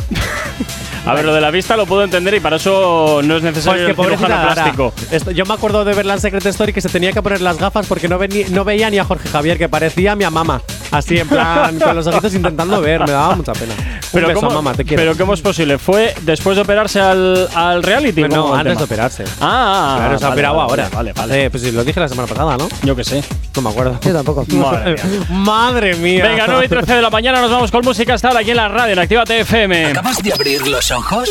[SPEAKER 2] A ver, lo de la vista lo puedo entender y para eso no es
[SPEAKER 3] Pues
[SPEAKER 2] necesario
[SPEAKER 3] que
[SPEAKER 2] el cirujano
[SPEAKER 3] pobrecita Dara.
[SPEAKER 2] plástico.
[SPEAKER 3] Esto- yo me acuerdo de verla en Secret Story que se tenía que poner las gafas porque no, ve ni- no veía ni a Jorge Javier, que parecía a mi mamá. Así en plan, con los ojitos intentando ver, me daba mucha pena.
[SPEAKER 2] Pero,
[SPEAKER 3] Un beso,
[SPEAKER 2] ¿cómo,
[SPEAKER 3] mamá, te quiero.
[SPEAKER 2] pero ¿cómo es posible? ¿Fue después de operarse al, al reality?
[SPEAKER 3] Pero
[SPEAKER 2] ¿Cómo
[SPEAKER 3] no,
[SPEAKER 2] va el
[SPEAKER 3] antes
[SPEAKER 2] tema?
[SPEAKER 3] de operarse.
[SPEAKER 2] Ah,
[SPEAKER 3] claro, se ha
[SPEAKER 2] vale,
[SPEAKER 3] operado
[SPEAKER 2] vale,
[SPEAKER 3] ahora.
[SPEAKER 2] Vale, vale.
[SPEAKER 3] Hace- pues sí, lo dije la semana pasada, ¿no?
[SPEAKER 2] Yo qué sé.
[SPEAKER 3] No me acuerdo.
[SPEAKER 4] Yo tampoco.
[SPEAKER 2] Madre mía.
[SPEAKER 3] Madre mía.
[SPEAKER 2] Venga, 9 y 13 de la mañana nos vamos con música hasta ahora aquí en la radio, en Actívate FM.
[SPEAKER 5] ¿Acabas de abrir los ojos?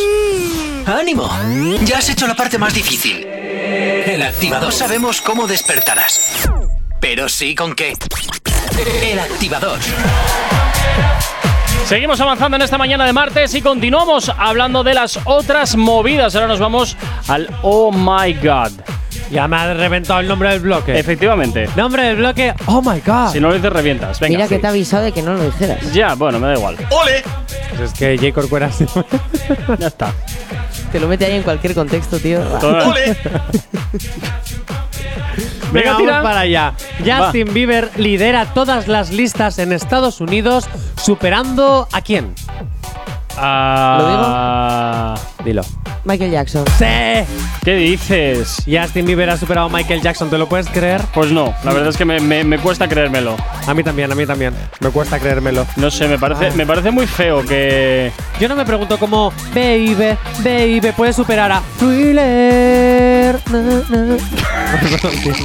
[SPEAKER 5] ¡Ánimo! Ya has hecho la parte más difícil. El activador sabemos cómo despertarás. Pero sí con qué. El activador.
[SPEAKER 2] Seguimos avanzando en esta mañana de martes y continuamos hablando de las otras movidas. Ahora nos vamos al Oh My God.
[SPEAKER 3] Ya me ha reventado el nombre del bloque.
[SPEAKER 2] Efectivamente.
[SPEAKER 3] nombre del bloque, oh my god.
[SPEAKER 2] Si no lo dices, revientas. Venga.
[SPEAKER 4] Mira que te ha avisado de que no lo dijeras.
[SPEAKER 2] Ya, bueno, me da igual.
[SPEAKER 5] ¡Ole!
[SPEAKER 3] Pues es que J. Corcuera.
[SPEAKER 2] Ya está.
[SPEAKER 4] Te lo mete ahí en cualquier contexto, tío.
[SPEAKER 2] Todo-
[SPEAKER 5] ¡Ole!
[SPEAKER 3] Venga,
[SPEAKER 2] Venga,
[SPEAKER 3] vamos
[SPEAKER 2] tira.
[SPEAKER 3] para allá.
[SPEAKER 2] Va.
[SPEAKER 3] Justin Bieber lidera todas las listas en Estados Unidos, superando a quién?
[SPEAKER 2] Ah,
[SPEAKER 3] Dilo.
[SPEAKER 4] Michael Jackson.
[SPEAKER 3] ¡Sí!
[SPEAKER 2] ¿Qué dices?
[SPEAKER 3] Justin Bieber ha superado a Michael Jackson, ¿te lo puedes creer?
[SPEAKER 2] Pues no, la verdad es que me, me- me cuesta creérmelo.
[SPEAKER 3] A mí también, a mí también. Me cuesta creérmelo.
[SPEAKER 2] No sé, me parece, me parece muy feo que.
[SPEAKER 3] Yo no me pregunto cómo Baby, Baby puede superar a Thriller. Na, na.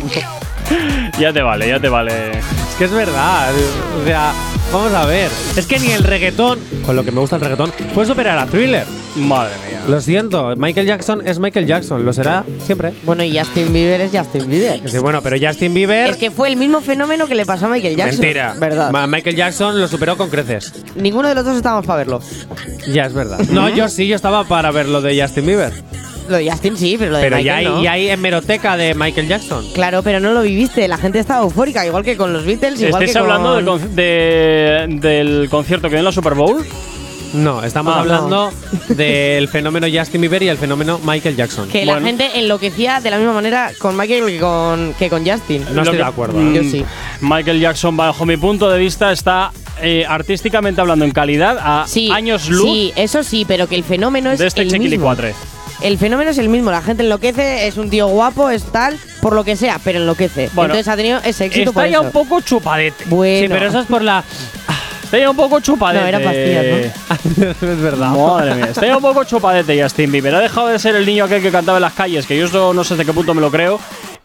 [SPEAKER 2] Ya te vale, ya te vale.
[SPEAKER 3] Es que es verdad. O sea, vamos a ver. Es que ni el reggaetón, con lo que me gusta el reggaetón, puede superar a Thriller.
[SPEAKER 2] Madre mía.
[SPEAKER 3] Lo siento, Michael Jackson es Michael Jackson, lo será siempre.
[SPEAKER 4] Bueno, y Justin Bieber es Justin Bieber.
[SPEAKER 3] Sí, bueno, pero Justin Bieber.
[SPEAKER 4] Es que fue el mismo fenómeno que le pasó a Michael Jackson.
[SPEAKER 3] mentira.
[SPEAKER 4] ¿Verdad?
[SPEAKER 3] Ma- Michael Jackson lo superó con creces.
[SPEAKER 4] Ninguno de los dos estábamos para verlo.
[SPEAKER 3] Ya es verdad. No, yo sí, yo estaba para ver lo de Justin Bieber.
[SPEAKER 4] Lo de Justin sí, pero lo de
[SPEAKER 3] Pero
[SPEAKER 4] Michael
[SPEAKER 3] ya hay,
[SPEAKER 4] no.
[SPEAKER 3] ya hay hemeroteca de Michael Jackson.
[SPEAKER 4] Claro, pero no lo viviste. La gente estaba eufórica, igual que con los Beatles, igual
[SPEAKER 2] ¿Estáis
[SPEAKER 4] que con...
[SPEAKER 2] hablando del, con- de- del concierto que dio en la Super Bowl?
[SPEAKER 3] No, estamos
[SPEAKER 2] Ah,
[SPEAKER 3] hablando del fenómeno Justin Bieber y el fenómeno Michael Jackson.
[SPEAKER 4] Que
[SPEAKER 2] Bueno.
[SPEAKER 4] la gente enloquecía de la misma manera con Michael que con, que con Justin.
[SPEAKER 3] No
[SPEAKER 2] Lo
[SPEAKER 3] estoy
[SPEAKER 2] que-
[SPEAKER 3] de acuerdo. ¿eh?
[SPEAKER 2] Mm,
[SPEAKER 4] Yo sí.
[SPEAKER 2] Michael Jackson, bajo mi punto de vista, está eh, artísticamente hablando en calidad a
[SPEAKER 4] Sí,
[SPEAKER 2] años luz
[SPEAKER 4] Sí, eso sí, pero que el fenómeno es
[SPEAKER 2] de este
[SPEAKER 4] el mismo.
[SPEAKER 2] chiquilicuatre.
[SPEAKER 4] El fenómeno es el mismo. La gente enloquece, es un tío guapo, es tal, por lo que sea, pero enloquece.
[SPEAKER 2] Bueno,
[SPEAKER 4] Entonces ha tenido ese éxito
[SPEAKER 2] Está
[SPEAKER 4] por
[SPEAKER 2] ya
[SPEAKER 4] eso.
[SPEAKER 2] un poco chupadete.
[SPEAKER 4] Bueno.
[SPEAKER 3] Sí, pero eso es por la.
[SPEAKER 2] Está ya un poco chupadete.
[SPEAKER 4] No, era pastillas,
[SPEAKER 3] es verdad.
[SPEAKER 2] Madre mía, está ya un poco chupadete Justin Bieber. Ha dejado de ser el niño aquel que cantaba en las calles, que yo eso no sé hasta qué punto me lo creo.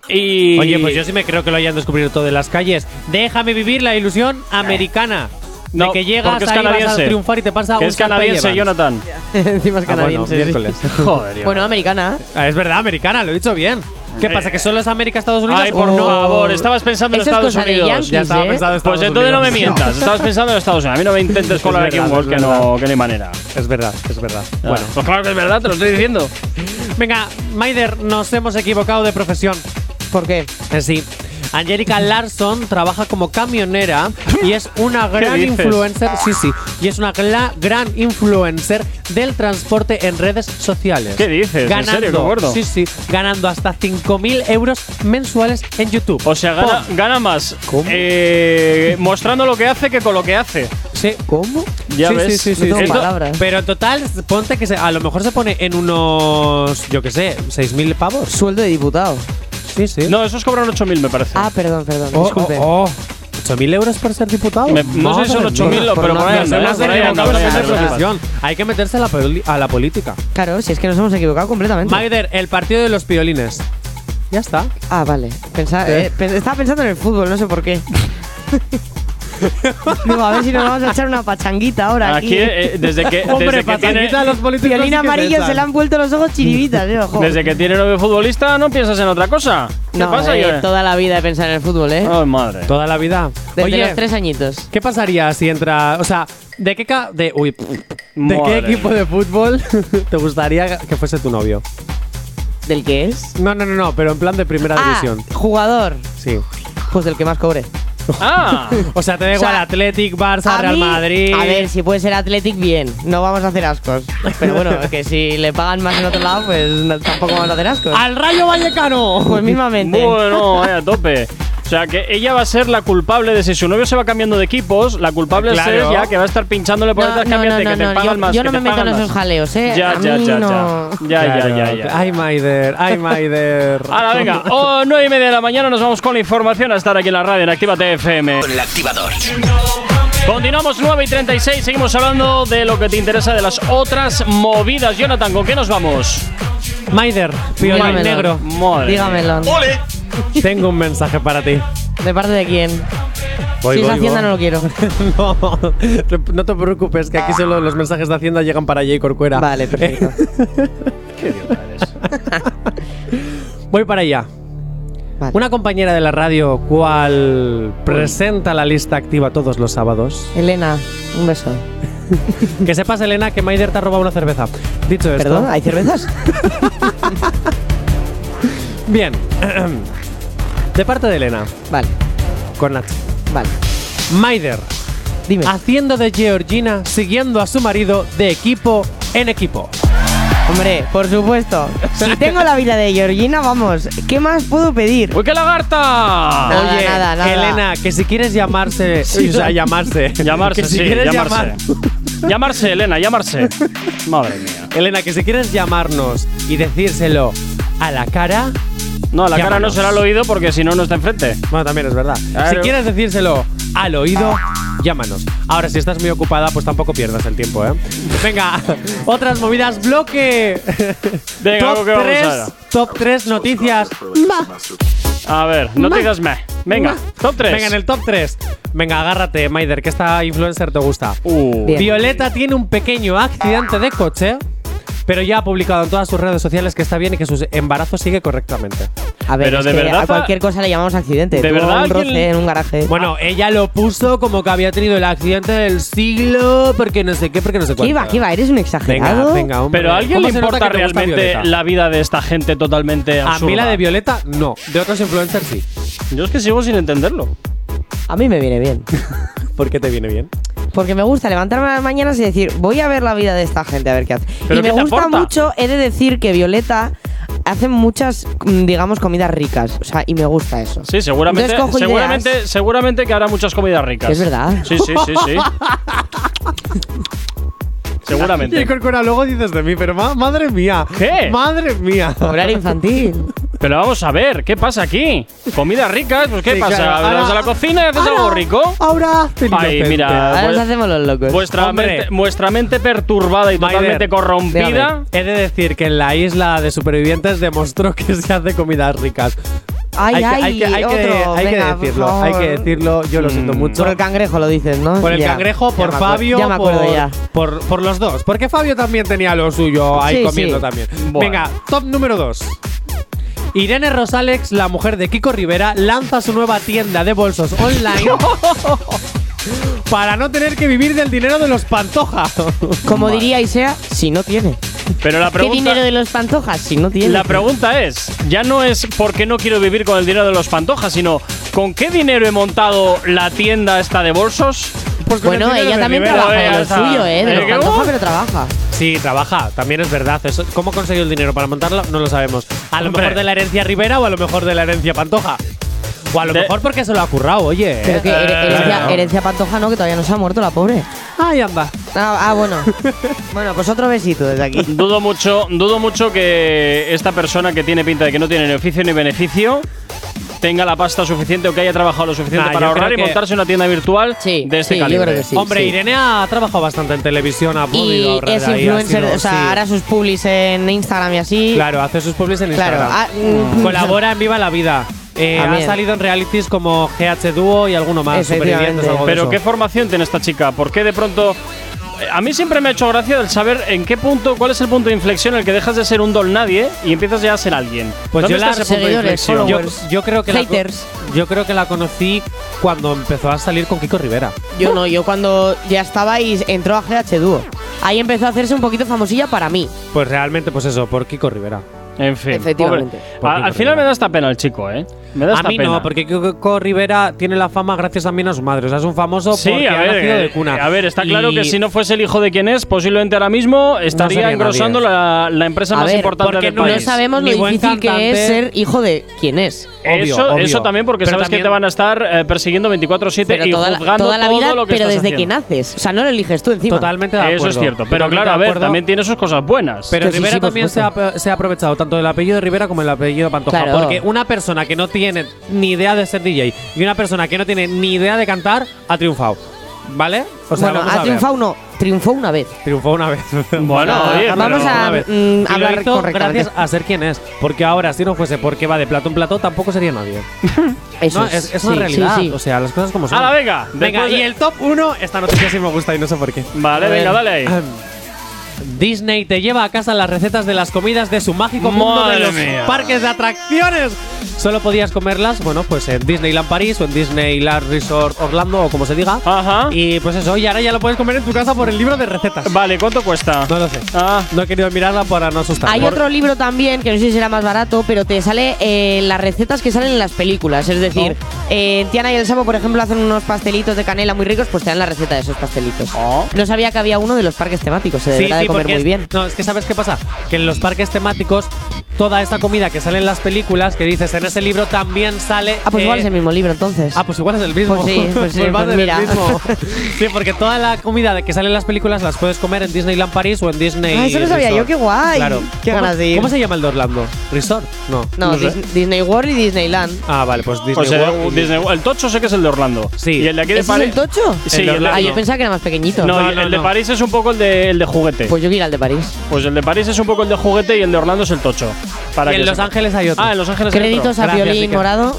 [SPEAKER 2] Y
[SPEAKER 3] Oye, pues yo sí me creo que lo hayan descubierto de las calles. Déjame vivir la ilusión americana.
[SPEAKER 2] No,
[SPEAKER 3] de que llegas
[SPEAKER 2] porque es
[SPEAKER 3] ahí, vas a
[SPEAKER 2] canadiense.
[SPEAKER 3] triunfar y te pasa
[SPEAKER 2] que
[SPEAKER 3] un
[SPEAKER 2] es canadiense,
[SPEAKER 3] Scarpa Evans.
[SPEAKER 2] Jonathan.
[SPEAKER 4] Encima es
[SPEAKER 3] Ah, bueno,
[SPEAKER 4] canadiense.
[SPEAKER 3] miércoles.
[SPEAKER 2] Joder,
[SPEAKER 4] Bueno, americana.
[SPEAKER 3] Ah, es verdad, americana, lo he dicho bien. ¿Qué pasa? ¿Que solo es América, Estados Unidos? Oh.
[SPEAKER 2] Ay, por
[SPEAKER 3] o-
[SPEAKER 2] favor, estabas pensando en
[SPEAKER 4] Eso es
[SPEAKER 2] Estados
[SPEAKER 4] cosa de
[SPEAKER 2] Unidos.
[SPEAKER 4] Yankees,
[SPEAKER 3] Ya estaba
[SPEAKER 4] ¿eh?
[SPEAKER 3] pensado en Estados
[SPEAKER 2] Pues entonces no me
[SPEAKER 3] Unidos.
[SPEAKER 2] mientas, estabas pensando en Estados Unidos. A mí no me intentes colar
[SPEAKER 3] Es
[SPEAKER 2] aquí un
[SPEAKER 3] verdad,
[SPEAKER 2] gol
[SPEAKER 3] es
[SPEAKER 2] que no, que no hay manera.
[SPEAKER 3] Es verdad, es verdad.
[SPEAKER 2] Bueno,
[SPEAKER 3] Bueno,
[SPEAKER 2] pues claro que es verdad, te lo estoy diciendo.
[SPEAKER 3] venga, Maider, nos hemos equivocado de profesión.
[SPEAKER 4] ¿Por qué?
[SPEAKER 3] Eh, Sí. Angélica Larson trabaja como camionera y es una gran
[SPEAKER 2] dices?
[SPEAKER 3] influencer, sí, sí, y es una gla- gran influencer del transporte en redes sociales.
[SPEAKER 2] ¿Qué dices? ¿En
[SPEAKER 3] Ganando,
[SPEAKER 2] serio? Qué gordo.
[SPEAKER 3] Sí, sí, ganando hasta 5.000 euros mensuales en YouTube.
[SPEAKER 2] O sea, gana, gana más
[SPEAKER 3] ¿Cómo?
[SPEAKER 2] eh, mostrando lo que hace que con lo que hace.
[SPEAKER 3] Sí.
[SPEAKER 4] ¿Cómo?
[SPEAKER 2] Ya
[SPEAKER 3] Sí,
[SPEAKER 2] ves.
[SPEAKER 3] sí, sí, sí,
[SPEAKER 4] No tengo
[SPEAKER 3] sí.
[SPEAKER 4] palabras.
[SPEAKER 3] Pero en total, ponte que se- a lo mejor se pone en unos, yo qué sé, 6.000 pavos.
[SPEAKER 4] Sueldo de diputado.
[SPEAKER 3] Sí, sí.
[SPEAKER 2] No, esos cobran 8.000, me parece.
[SPEAKER 4] Ah, perdón, perdón.
[SPEAKER 3] Oh,
[SPEAKER 4] disculpe.
[SPEAKER 3] oh, oh. ¿8.000 euros por ser diputado?
[SPEAKER 2] Me- no sé si son
[SPEAKER 3] Madre
[SPEAKER 2] 8.000,
[SPEAKER 3] mía,
[SPEAKER 2] pero por ahí
[SPEAKER 3] nacer,
[SPEAKER 2] anda,
[SPEAKER 3] nacer,
[SPEAKER 2] por ahí
[SPEAKER 3] nacer,
[SPEAKER 2] anda,
[SPEAKER 3] nacer,
[SPEAKER 2] por ahí
[SPEAKER 3] nacer,
[SPEAKER 2] anda.
[SPEAKER 3] profesión. Hay que meterse a la, poli- a la política.
[SPEAKER 4] Claro, si es que nos hemos equivocado completamente.
[SPEAKER 3] Magder, el partido de los piolines. Ya está.
[SPEAKER 4] Ah, vale. Pensa-
[SPEAKER 3] ¿Eh?
[SPEAKER 4] eh, pe- estaba pensando en el fútbol, no sé por qué. Digo, a ver si nos vamos a echar una pachanguita ahora aquí.
[SPEAKER 2] Aquí, eh, desde que, desde que tiene,
[SPEAKER 3] pachanguita a los políticos sí
[SPEAKER 4] Violín
[SPEAKER 3] que
[SPEAKER 4] amarillo
[SPEAKER 3] pesan.
[SPEAKER 4] se le han vuelto los ojos chiribitas, eh, ojo.
[SPEAKER 2] desde que tiene novio futbolista no piensas en otra cosa. ¿Qué
[SPEAKER 4] no,
[SPEAKER 2] pasa,
[SPEAKER 4] eh,
[SPEAKER 2] Yone?
[SPEAKER 4] toda la vida he pensado en el fútbol, eh.
[SPEAKER 2] Ay, madre.
[SPEAKER 3] Toda la vida.
[SPEAKER 4] Desde
[SPEAKER 3] Oye,
[SPEAKER 4] los tres añitos.
[SPEAKER 3] ¿qué pasaría si entra. O sea, ¿de qué, ca- de, uy, ¿de qué
[SPEAKER 2] Madre
[SPEAKER 3] equipo de fútbol te gustaría que fuese tu novio?
[SPEAKER 4] ¿Del qué es?
[SPEAKER 3] No, no, no, no, pero en plan de primera
[SPEAKER 4] Ah,
[SPEAKER 3] división.
[SPEAKER 4] jugador.
[SPEAKER 3] Sí.
[SPEAKER 4] Pues del que más cobre.
[SPEAKER 2] Ah,
[SPEAKER 3] O sea, te da igual
[SPEAKER 4] sea,
[SPEAKER 3] Athletic, Barça,
[SPEAKER 4] A
[SPEAKER 3] Real
[SPEAKER 4] mí-
[SPEAKER 3] Madrid.
[SPEAKER 4] A ver, si puede ser Athletic, bien. No vamos a hacer ascos. Pero bueno, que si le pagan más en otro lado, pues no- tampoco vamos a hacer ascos.
[SPEAKER 3] ¡Al Rayo Vallecano!
[SPEAKER 4] Pues mismamente.
[SPEAKER 2] bueno, vaya tope. O sea, que ella va a ser la culpable de si su novio se va cambiando de equipos, la culpable
[SPEAKER 3] Claro.
[SPEAKER 2] es ella que va a estar pinchándole por
[SPEAKER 4] No,
[SPEAKER 2] detrás,
[SPEAKER 4] no, no,
[SPEAKER 2] cámbiate,
[SPEAKER 4] no,
[SPEAKER 2] pues que te
[SPEAKER 4] no,
[SPEAKER 2] pagan
[SPEAKER 4] yo,
[SPEAKER 2] más.
[SPEAKER 4] yo
[SPEAKER 2] que
[SPEAKER 4] no
[SPEAKER 2] te
[SPEAKER 4] me meto en
[SPEAKER 2] pagan
[SPEAKER 4] esos
[SPEAKER 2] más.
[SPEAKER 4] jaleos, ¿eh?
[SPEAKER 2] Ya,
[SPEAKER 4] a
[SPEAKER 2] ya,
[SPEAKER 4] mí
[SPEAKER 2] ya,
[SPEAKER 4] no.
[SPEAKER 2] ya. Ya,
[SPEAKER 3] Claro.
[SPEAKER 2] ya, ya, ya.
[SPEAKER 3] Ay, Maider, ay, Maider.
[SPEAKER 2] Ahora, venga, oh. o nueve y media de la mañana nos vamos con la información a estar aquí en la radio en Actívate FM.
[SPEAKER 5] Con el activador.
[SPEAKER 2] Continuamos 9 y 36, seguimos hablando de lo que te interesa de las otras movidas. Jonathan, ¿con qué nos vamos?
[SPEAKER 3] Maider, violín
[SPEAKER 4] Dígamelo.
[SPEAKER 3] negro.
[SPEAKER 2] Madre.
[SPEAKER 4] Dígamelo.
[SPEAKER 3] Tengo un mensaje para ti.
[SPEAKER 4] ¿De parte de quién?
[SPEAKER 3] Voy,
[SPEAKER 4] si es
[SPEAKER 3] voy,
[SPEAKER 4] Hacienda, no
[SPEAKER 3] voy.
[SPEAKER 4] lo quiero.
[SPEAKER 3] no, no te preocupes, que aquí solo los mensajes de Hacienda llegan para Jay Corcuera.
[SPEAKER 4] Vale, perfecto.
[SPEAKER 3] Voy para allá.
[SPEAKER 4] Vale.
[SPEAKER 3] Una compañera de la radio, cual presenta la lista activa todos los sábados.
[SPEAKER 4] Elena, un beso.
[SPEAKER 3] Que sepas, Elena, que Maider te ha robado una cerveza. Dicho esto.
[SPEAKER 4] ¿Perdón? ¿Hay cervezas?
[SPEAKER 3] Bien. De parte de Elena,
[SPEAKER 4] vale,
[SPEAKER 3] con Nacho.
[SPEAKER 4] vale.
[SPEAKER 3] Maider,
[SPEAKER 4] Dime.
[SPEAKER 3] haciendo de Georgina, siguiendo a su marido de equipo en equipo.
[SPEAKER 4] Hombre, por supuesto. Si tengo la vida de Georgina, vamos. ¿Qué más puedo pedir?
[SPEAKER 2] ¡Uy, qué lagarta!
[SPEAKER 4] Nada,
[SPEAKER 3] Oye,
[SPEAKER 4] nada, nada.
[SPEAKER 3] Elena, que si quieres llamarse. o sea, llamarse.
[SPEAKER 2] Llamarse,
[SPEAKER 3] que si
[SPEAKER 2] sí,
[SPEAKER 3] quieres
[SPEAKER 2] llamarse.
[SPEAKER 3] llamar-
[SPEAKER 2] Llamarse, Elena, llamarse. Madre mía.
[SPEAKER 3] Elena, que si quieres llamarnos y decírselo a la cara.
[SPEAKER 2] No, la cara no
[SPEAKER 3] Llámanos.
[SPEAKER 2] será al oído porque si no, no está enfrente.
[SPEAKER 3] Bueno, también es verdad. Si
[SPEAKER 2] Claro.
[SPEAKER 3] quieres decírselo al oído, llámanos. Ahora, si estás muy ocupada, pues tampoco pierdas el tiempo, ¿eh? Venga, otras movidas, bloque.
[SPEAKER 2] Venga,
[SPEAKER 3] top
[SPEAKER 2] ¿qué vamos
[SPEAKER 3] 3,
[SPEAKER 2] ahora?
[SPEAKER 3] Top 3 noticias.
[SPEAKER 2] A ver, no te digas meh. Venga, top 3.
[SPEAKER 3] Venga, en el top 3. Venga, agárrate, Maider, que esta influencer te gusta.
[SPEAKER 2] Uh,
[SPEAKER 4] Bien.
[SPEAKER 3] Violeta tiene un pequeño accidente de coche, pero ya ha publicado en todas sus redes sociales que está bien y que su embarazo sigue correctamente.
[SPEAKER 4] A ver,
[SPEAKER 2] Pero
[SPEAKER 4] es
[SPEAKER 2] de
[SPEAKER 4] que
[SPEAKER 2] verdad,
[SPEAKER 4] a cualquier cosa le llamamos accidente.
[SPEAKER 2] ¿De
[SPEAKER 4] Tuvo
[SPEAKER 2] verdad
[SPEAKER 4] Un
[SPEAKER 2] alguien-
[SPEAKER 4] roce en un garaje.
[SPEAKER 3] Bueno, ella lo puso como que había tenido el accidente del siglo, porque no sé qué, porque no sé cuánto.
[SPEAKER 4] ¿Qué va, qué va? ¿Eres un
[SPEAKER 3] Venga,
[SPEAKER 4] exagerado?
[SPEAKER 3] venga, hombre.
[SPEAKER 2] Pero ¿a alguien le
[SPEAKER 3] ¿Cómo se nota
[SPEAKER 2] importa
[SPEAKER 3] que te gusta
[SPEAKER 2] realmente
[SPEAKER 3] Violeta?
[SPEAKER 2] la vida de esta gente totalmente
[SPEAKER 3] A
[SPEAKER 2] absurda?
[SPEAKER 3] mí la de Violeta, no. De otros influencers, sí.
[SPEAKER 2] Yo es que sigo sin entenderlo.
[SPEAKER 4] A mí me viene bien.
[SPEAKER 3] ¿Por qué te viene bien?
[SPEAKER 4] Porque me gusta levantarme a las mañanas y decir, voy a ver la vida de esta gente, a ver qué hace.
[SPEAKER 2] ¿Pero
[SPEAKER 4] Y
[SPEAKER 2] qué
[SPEAKER 4] me
[SPEAKER 2] te
[SPEAKER 4] gusta
[SPEAKER 2] aporta?
[SPEAKER 4] mucho, he de decir que Violeta hace muchas, mm, digamos, comidas ricas. O sea, y me gusta eso.
[SPEAKER 2] Sí, seguramente,
[SPEAKER 4] Entonces cojo ideas.
[SPEAKER 2] seguramente, seguramente que hará muchas comidas ricas.
[SPEAKER 4] Es verdad.
[SPEAKER 2] Sí, sí, sí, sí.
[SPEAKER 3] Y
[SPEAKER 2] seguramente.
[SPEAKER 3] Corcora, luego dices de mí, pero ma- madre mía.
[SPEAKER 2] ¿Qué?
[SPEAKER 3] Madre mía.
[SPEAKER 4] Hablar infantil.
[SPEAKER 2] Pero vamos a ver, ¿qué pasa aquí? Comidas ricas, pues ¿qué
[SPEAKER 3] Sí,
[SPEAKER 2] pasa?
[SPEAKER 3] claro, ahora- Ah,
[SPEAKER 2] ¿Vas a la cocina y haces algo rico?
[SPEAKER 3] Ahora,
[SPEAKER 2] Ay, mira.
[SPEAKER 4] Ahora nos
[SPEAKER 2] vuel-
[SPEAKER 4] hacemos los locos.
[SPEAKER 2] Vuestra
[SPEAKER 3] Hombre.
[SPEAKER 2] mente, vuestra mente perturbada y
[SPEAKER 3] Maider,
[SPEAKER 2] totalmente corrompida.
[SPEAKER 4] déjame.
[SPEAKER 3] He de decir que en la isla de supervivientes demostró que se hace comidas ricas.
[SPEAKER 4] Ay,
[SPEAKER 3] que-
[SPEAKER 4] ay,
[SPEAKER 3] que, hay que-
[SPEAKER 4] otro.
[SPEAKER 3] hay que
[SPEAKER 4] Venga, por
[SPEAKER 3] decirlo, hay que
[SPEAKER 4] favor.
[SPEAKER 3] decirlo. Yo lo siento mucho.
[SPEAKER 4] Por el cangrejo lo dices, ¿no?
[SPEAKER 3] Por el
[SPEAKER 4] Ya,
[SPEAKER 3] cangrejo,
[SPEAKER 4] ya
[SPEAKER 3] por
[SPEAKER 4] me acuerdo,
[SPEAKER 3] Fabio,
[SPEAKER 4] Ya me acuerdo
[SPEAKER 3] por,
[SPEAKER 4] ya.
[SPEAKER 3] Por, por los dos. Porque Fabio también tenía lo suyo ahí
[SPEAKER 4] Sí,
[SPEAKER 3] comiendo
[SPEAKER 4] sí.
[SPEAKER 3] también.
[SPEAKER 2] Bueno.
[SPEAKER 3] Venga, top número dos. Irene Rosalex, la mujer de Kiko Rivera, lanza su nueva tienda de bolsos online para no tener que vivir del dinero de los Pantoja.
[SPEAKER 4] Como diría Isea, si no tiene.
[SPEAKER 2] Pero la
[SPEAKER 4] ¿Qué dinero
[SPEAKER 2] pregunta,
[SPEAKER 4] de los pantojas? Si no tiene.
[SPEAKER 2] la pregunta es, ya no es por qué no quiero vivir con el dinero de los pantojas, sino ¿con qué dinero he montado la tienda esta de bolsos?
[SPEAKER 4] Bueno, ella también trabaja de
[SPEAKER 2] eh,
[SPEAKER 4] lo
[SPEAKER 2] esa-
[SPEAKER 4] suyo, ¿eh? De
[SPEAKER 2] ¿Eh,
[SPEAKER 4] los
[SPEAKER 2] qué?
[SPEAKER 4] pantojas, pero trabaja.
[SPEAKER 3] Sí, trabaja, también es verdad. Eso, ¿Cómo consiguió el dinero para montarlo? No lo sabemos. A lo
[SPEAKER 2] Hombre.
[SPEAKER 3] mejor de la herencia Rivera o a lo mejor de la herencia Pantoja. O a lo
[SPEAKER 2] De-
[SPEAKER 3] mejor porque se lo ha currado, oye.
[SPEAKER 4] Pero que her-
[SPEAKER 2] Eh,
[SPEAKER 4] herencia,
[SPEAKER 2] claro.
[SPEAKER 4] herencia pantoja no, que todavía no se ha muerto la pobre.
[SPEAKER 3] Ahí anda.
[SPEAKER 4] Ah, ah, bueno. bueno, pues otro besito desde aquí.
[SPEAKER 2] Dudo mucho, dudo mucho que esta persona que tiene pinta de que no tiene ni oficio ni beneficio tenga la pasta suficiente o que haya trabajado lo suficiente
[SPEAKER 3] Nah,
[SPEAKER 2] para
[SPEAKER 3] yo
[SPEAKER 2] ahorrar
[SPEAKER 3] creo
[SPEAKER 2] y
[SPEAKER 3] que-
[SPEAKER 2] montarse una tienda virtual
[SPEAKER 4] Sí,
[SPEAKER 2] de este
[SPEAKER 4] sí, yo
[SPEAKER 2] calibre.
[SPEAKER 4] creo que sí.
[SPEAKER 3] Hombre, Irenea ha trabajado bastante en televisión, ha podido
[SPEAKER 4] Y
[SPEAKER 3] ahorrar
[SPEAKER 4] es
[SPEAKER 3] ahí, ha
[SPEAKER 4] influencer,
[SPEAKER 3] sido-
[SPEAKER 4] o sea,
[SPEAKER 3] sí.
[SPEAKER 4] hará sus publis en Instagram y así.
[SPEAKER 3] Claro, hace sus publis en
[SPEAKER 4] Claro,
[SPEAKER 3] Instagram.
[SPEAKER 4] ah, mm,
[SPEAKER 3] Colabora en Viva la Vida. Eh, ha
[SPEAKER 4] También.
[SPEAKER 3] salido en realities como GH Duo y alguno más.
[SPEAKER 4] Efectivamente.
[SPEAKER 3] Supervivientes, algo de
[SPEAKER 2] Pero
[SPEAKER 3] eso.
[SPEAKER 2] ¿qué formación tiene esta chica? ¿Por qué de pronto... Eh, A mí siempre me ha hecho gracia el saber en qué punto, cuál es el punto de inflexión en el que dejas de ser un don nadie y empiezas ya a ser alguien.
[SPEAKER 3] Pues
[SPEAKER 2] ¿Dónde
[SPEAKER 3] yo
[SPEAKER 2] está
[SPEAKER 3] la
[SPEAKER 2] ese punto de
[SPEAKER 4] seguidores,
[SPEAKER 2] inflexión?
[SPEAKER 3] yo,
[SPEAKER 4] followers.
[SPEAKER 3] yo creo que
[SPEAKER 4] Haters.
[SPEAKER 3] La, yo creo que la conocí cuando empezó a salir con Kiko Rivera.
[SPEAKER 4] Yo no, yo cuando ya estaba y entró a GH Duo. Ahí empezó a hacerse un poquito famosilla para mí.
[SPEAKER 3] Pues realmente, pues eso, por Kiko Rivera.
[SPEAKER 2] En fin.
[SPEAKER 4] Efectivamente.
[SPEAKER 2] pobre.
[SPEAKER 3] Por
[SPEAKER 2] A-
[SPEAKER 3] mí,
[SPEAKER 2] al
[SPEAKER 3] por
[SPEAKER 2] final
[SPEAKER 3] mí.
[SPEAKER 2] me da esta pena el chico, ¿eh? Me da
[SPEAKER 3] A
[SPEAKER 2] esta
[SPEAKER 3] mí
[SPEAKER 2] pena.
[SPEAKER 3] no, porque Kiko Rivera tiene la fama gracias también a su madre. O sea, es un famoso
[SPEAKER 2] Sí,
[SPEAKER 3] porque
[SPEAKER 2] a
[SPEAKER 3] ha
[SPEAKER 2] ver,
[SPEAKER 3] nacido
[SPEAKER 2] eh,
[SPEAKER 3] de cuna.
[SPEAKER 2] a ver, está
[SPEAKER 3] Y-
[SPEAKER 2] claro que si no fuese el hijo de quien es, posiblemente ahora mismo estaría
[SPEAKER 3] sería nadie.
[SPEAKER 2] engrosando la, la empresa
[SPEAKER 4] A
[SPEAKER 2] más
[SPEAKER 4] ver,
[SPEAKER 2] importante
[SPEAKER 3] porque
[SPEAKER 2] del
[SPEAKER 3] no
[SPEAKER 2] país.
[SPEAKER 4] No sabemos lo
[SPEAKER 3] Ni buen
[SPEAKER 4] difícil que es
[SPEAKER 3] cantante.
[SPEAKER 4] ser hijo de quién es.
[SPEAKER 3] Obvio,
[SPEAKER 2] eso,
[SPEAKER 3] obvio.
[SPEAKER 2] eso también porque
[SPEAKER 3] Pero
[SPEAKER 2] sabes que
[SPEAKER 3] también-
[SPEAKER 2] te van a estar eh, persiguiendo 24/7
[SPEAKER 4] Pero
[SPEAKER 2] y
[SPEAKER 4] toda la,
[SPEAKER 2] juzgando
[SPEAKER 4] toda la
[SPEAKER 2] todo
[SPEAKER 4] vida,
[SPEAKER 2] lo que
[SPEAKER 4] pero
[SPEAKER 2] estás
[SPEAKER 4] desde que
[SPEAKER 2] haciendo.
[SPEAKER 4] naces. O sea, no lo eliges tú encima.
[SPEAKER 3] Totalmente de acuerdo.
[SPEAKER 2] Eso es cierto. Pero
[SPEAKER 3] Totalmente
[SPEAKER 2] claro, a
[SPEAKER 3] de
[SPEAKER 2] ver,
[SPEAKER 3] acuerdo.
[SPEAKER 2] también tiene sus cosas buenas.
[SPEAKER 3] Pero
[SPEAKER 4] Que sí,
[SPEAKER 3] Rivera
[SPEAKER 4] sí, por
[SPEAKER 3] también se ha, se ha aprovechado tanto del apellido de Rivera como el apellido de Pantoja.
[SPEAKER 4] Claro.
[SPEAKER 3] Porque una persona que no tiene ni idea de ser DJ y una persona que no tiene ni idea de cantar ha triunfado. ¿Vale? O sea,
[SPEAKER 2] pues
[SPEAKER 4] bueno,
[SPEAKER 3] vamos a
[SPEAKER 4] ha
[SPEAKER 3] ver.
[SPEAKER 4] triunfado no, triunfó una vez.
[SPEAKER 3] Triunfó una vez.
[SPEAKER 2] Bueno, oye,
[SPEAKER 4] vamos
[SPEAKER 2] pero-
[SPEAKER 4] a
[SPEAKER 3] Una vez.
[SPEAKER 4] mm,
[SPEAKER 3] Y lo
[SPEAKER 4] hablar
[SPEAKER 3] hizo
[SPEAKER 4] correctamente.
[SPEAKER 3] gracias a ser quien es. Porque ahora, si no fuese porque va de plato en plato, tampoco sería nadie.
[SPEAKER 4] Eso
[SPEAKER 3] No,
[SPEAKER 4] es,
[SPEAKER 3] es, es una
[SPEAKER 4] Sí,
[SPEAKER 3] realidad.
[SPEAKER 4] sí, sí.
[SPEAKER 3] O sea, las cosas como son.
[SPEAKER 2] ¡Hala, venga!
[SPEAKER 3] Venga,
[SPEAKER 2] Después de-
[SPEAKER 3] y el top 1, esta noticia sí me gusta y no sé por qué.
[SPEAKER 2] Vale,
[SPEAKER 4] A ver.
[SPEAKER 2] venga, dale ahí.
[SPEAKER 3] Disney te lleva a casa las recetas de las comidas de su mágico mundo de
[SPEAKER 2] Madre
[SPEAKER 3] los
[SPEAKER 2] mía.
[SPEAKER 3] parques de atracciones. Solo podías comerlas, bueno, pues en Disneyland París o en Disneyland Resort Orlando o como se diga.
[SPEAKER 2] Ajá.
[SPEAKER 3] Y pues eso, y ahora ya lo puedes comer en tu casa por el libro de recetas.
[SPEAKER 2] Vale, ¿cuánto cuesta?
[SPEAKER 3] No lo sé.
[SPEAKER 2] Ah,
[SPEAKER 3] No he querido mirarla para no asustar.
[SPEAKER 4] Hay otro libro también, que no sé si será más barato, pero te sale eh, las recetas que salen en las películas. Es decir, eh, Tiana y el Sapo, por ejemplo, hacen unos pastelitos de canela muy ricos, pues te dan la receta de esos pastelitos. No sabía que había uno de los parques temáticos, se deberá de comer
[SPEAKER 3] Ah. porque
[SPEAKER 4] muy
[SPEAKER 3] es-
[SPEAKER 4] bien.
[SPEAKER 3] No, es que sabes qué pasa, que en los parques temáticos toda esta comida que sale en las películas, que dices en ese libro también sale.
[SPEAKER 4] Ah, pues igual
[SPEAKER 3] eh,
[SPEAKER 4] es el mismo libro entonces.
[SPEAKER 3] Ah, pues igual es el mismo.
[SPEAKER 4] Pues sí, pues sí,
[SPEAKER 3] va a
[SPEAKER 4] pues
[SPEAKER 3] ser
[SPEAKER 4] mira.
[SPEAKER 3] el mismo. sí, porque toda la comida de que sale en las películas las puedes comer en Disneyland París o en Disney.
[SPEAKER 4] Ah, eso no sabía yo, qué guay.
[SPEAKER 3] Claro.
[SPEAKER 4] Qué
[SPEAKER 3] ¿Cómo-
[SPEAKER 4] ganas de ir.
[SPEAKER 3] ¿Cómo se llama el de Orlando? ¿Resort? pues, No.
[SPEAKER 4] no,
[SPEAKER 3] sé.
[SPEAKER 4] Dis- Disney World y Disneyland.
[SPEAKER 3] Ah, vale, pues Disney.
[SPEAKER 2] pues
[SPEAKER 3] World.
[SPEAKER 2] el, Disney World- el Tocho sé que es el de Orlando.
[SPEAKER 3] Sí.
[SPEAKER 2] Y el de aquí
[SPEAKER 4] ¿Ese
[SPEAKER 2] de
[SPEAKER 4] es
[SPEAKER 2] París.
[SPEAKER 4] el tocho?
[SPEAKER 2] Sí,
[SPEAKER 3] El de
[SPEAKER 2] el de-
[SPEAKER 4] Ah, yo
[SPEAKER 2] no.
[SPEAKER 4] pensaba que era más pequeñito.
[SPEAKER 2] No,
[SPEAKER 3] No,
[SPEAKER 2] y
[SPEAKER 3] no,
[SPEAKER 2] el de
[SPEAKER 3] no.
[SPEAKER 2] París es un poco el de, el de juguete. Pues,
[SPEAKER 4] Pues yo quiero ir al de París.
[SPEAKER 2] el de París es un poco el de juguete y el de Orlando es el tocho. Para
[SPEAKER 3] Y
[SPEAKER 2] que
[SPEAKER 3] en Los
[SPEAKER 2] sepa.
[SPEAKER 3] Ángeles hay otro.
[SPEAKER 2] Ah, en Los Ángeles hay otro.
[SPEAKER 4] Créditos a
[SPEAKER 3] Gracias,
[SPEAKER 4] Violín
[SPEAKER 3] Iker. Ah.
[SPEAKER 4] Morado.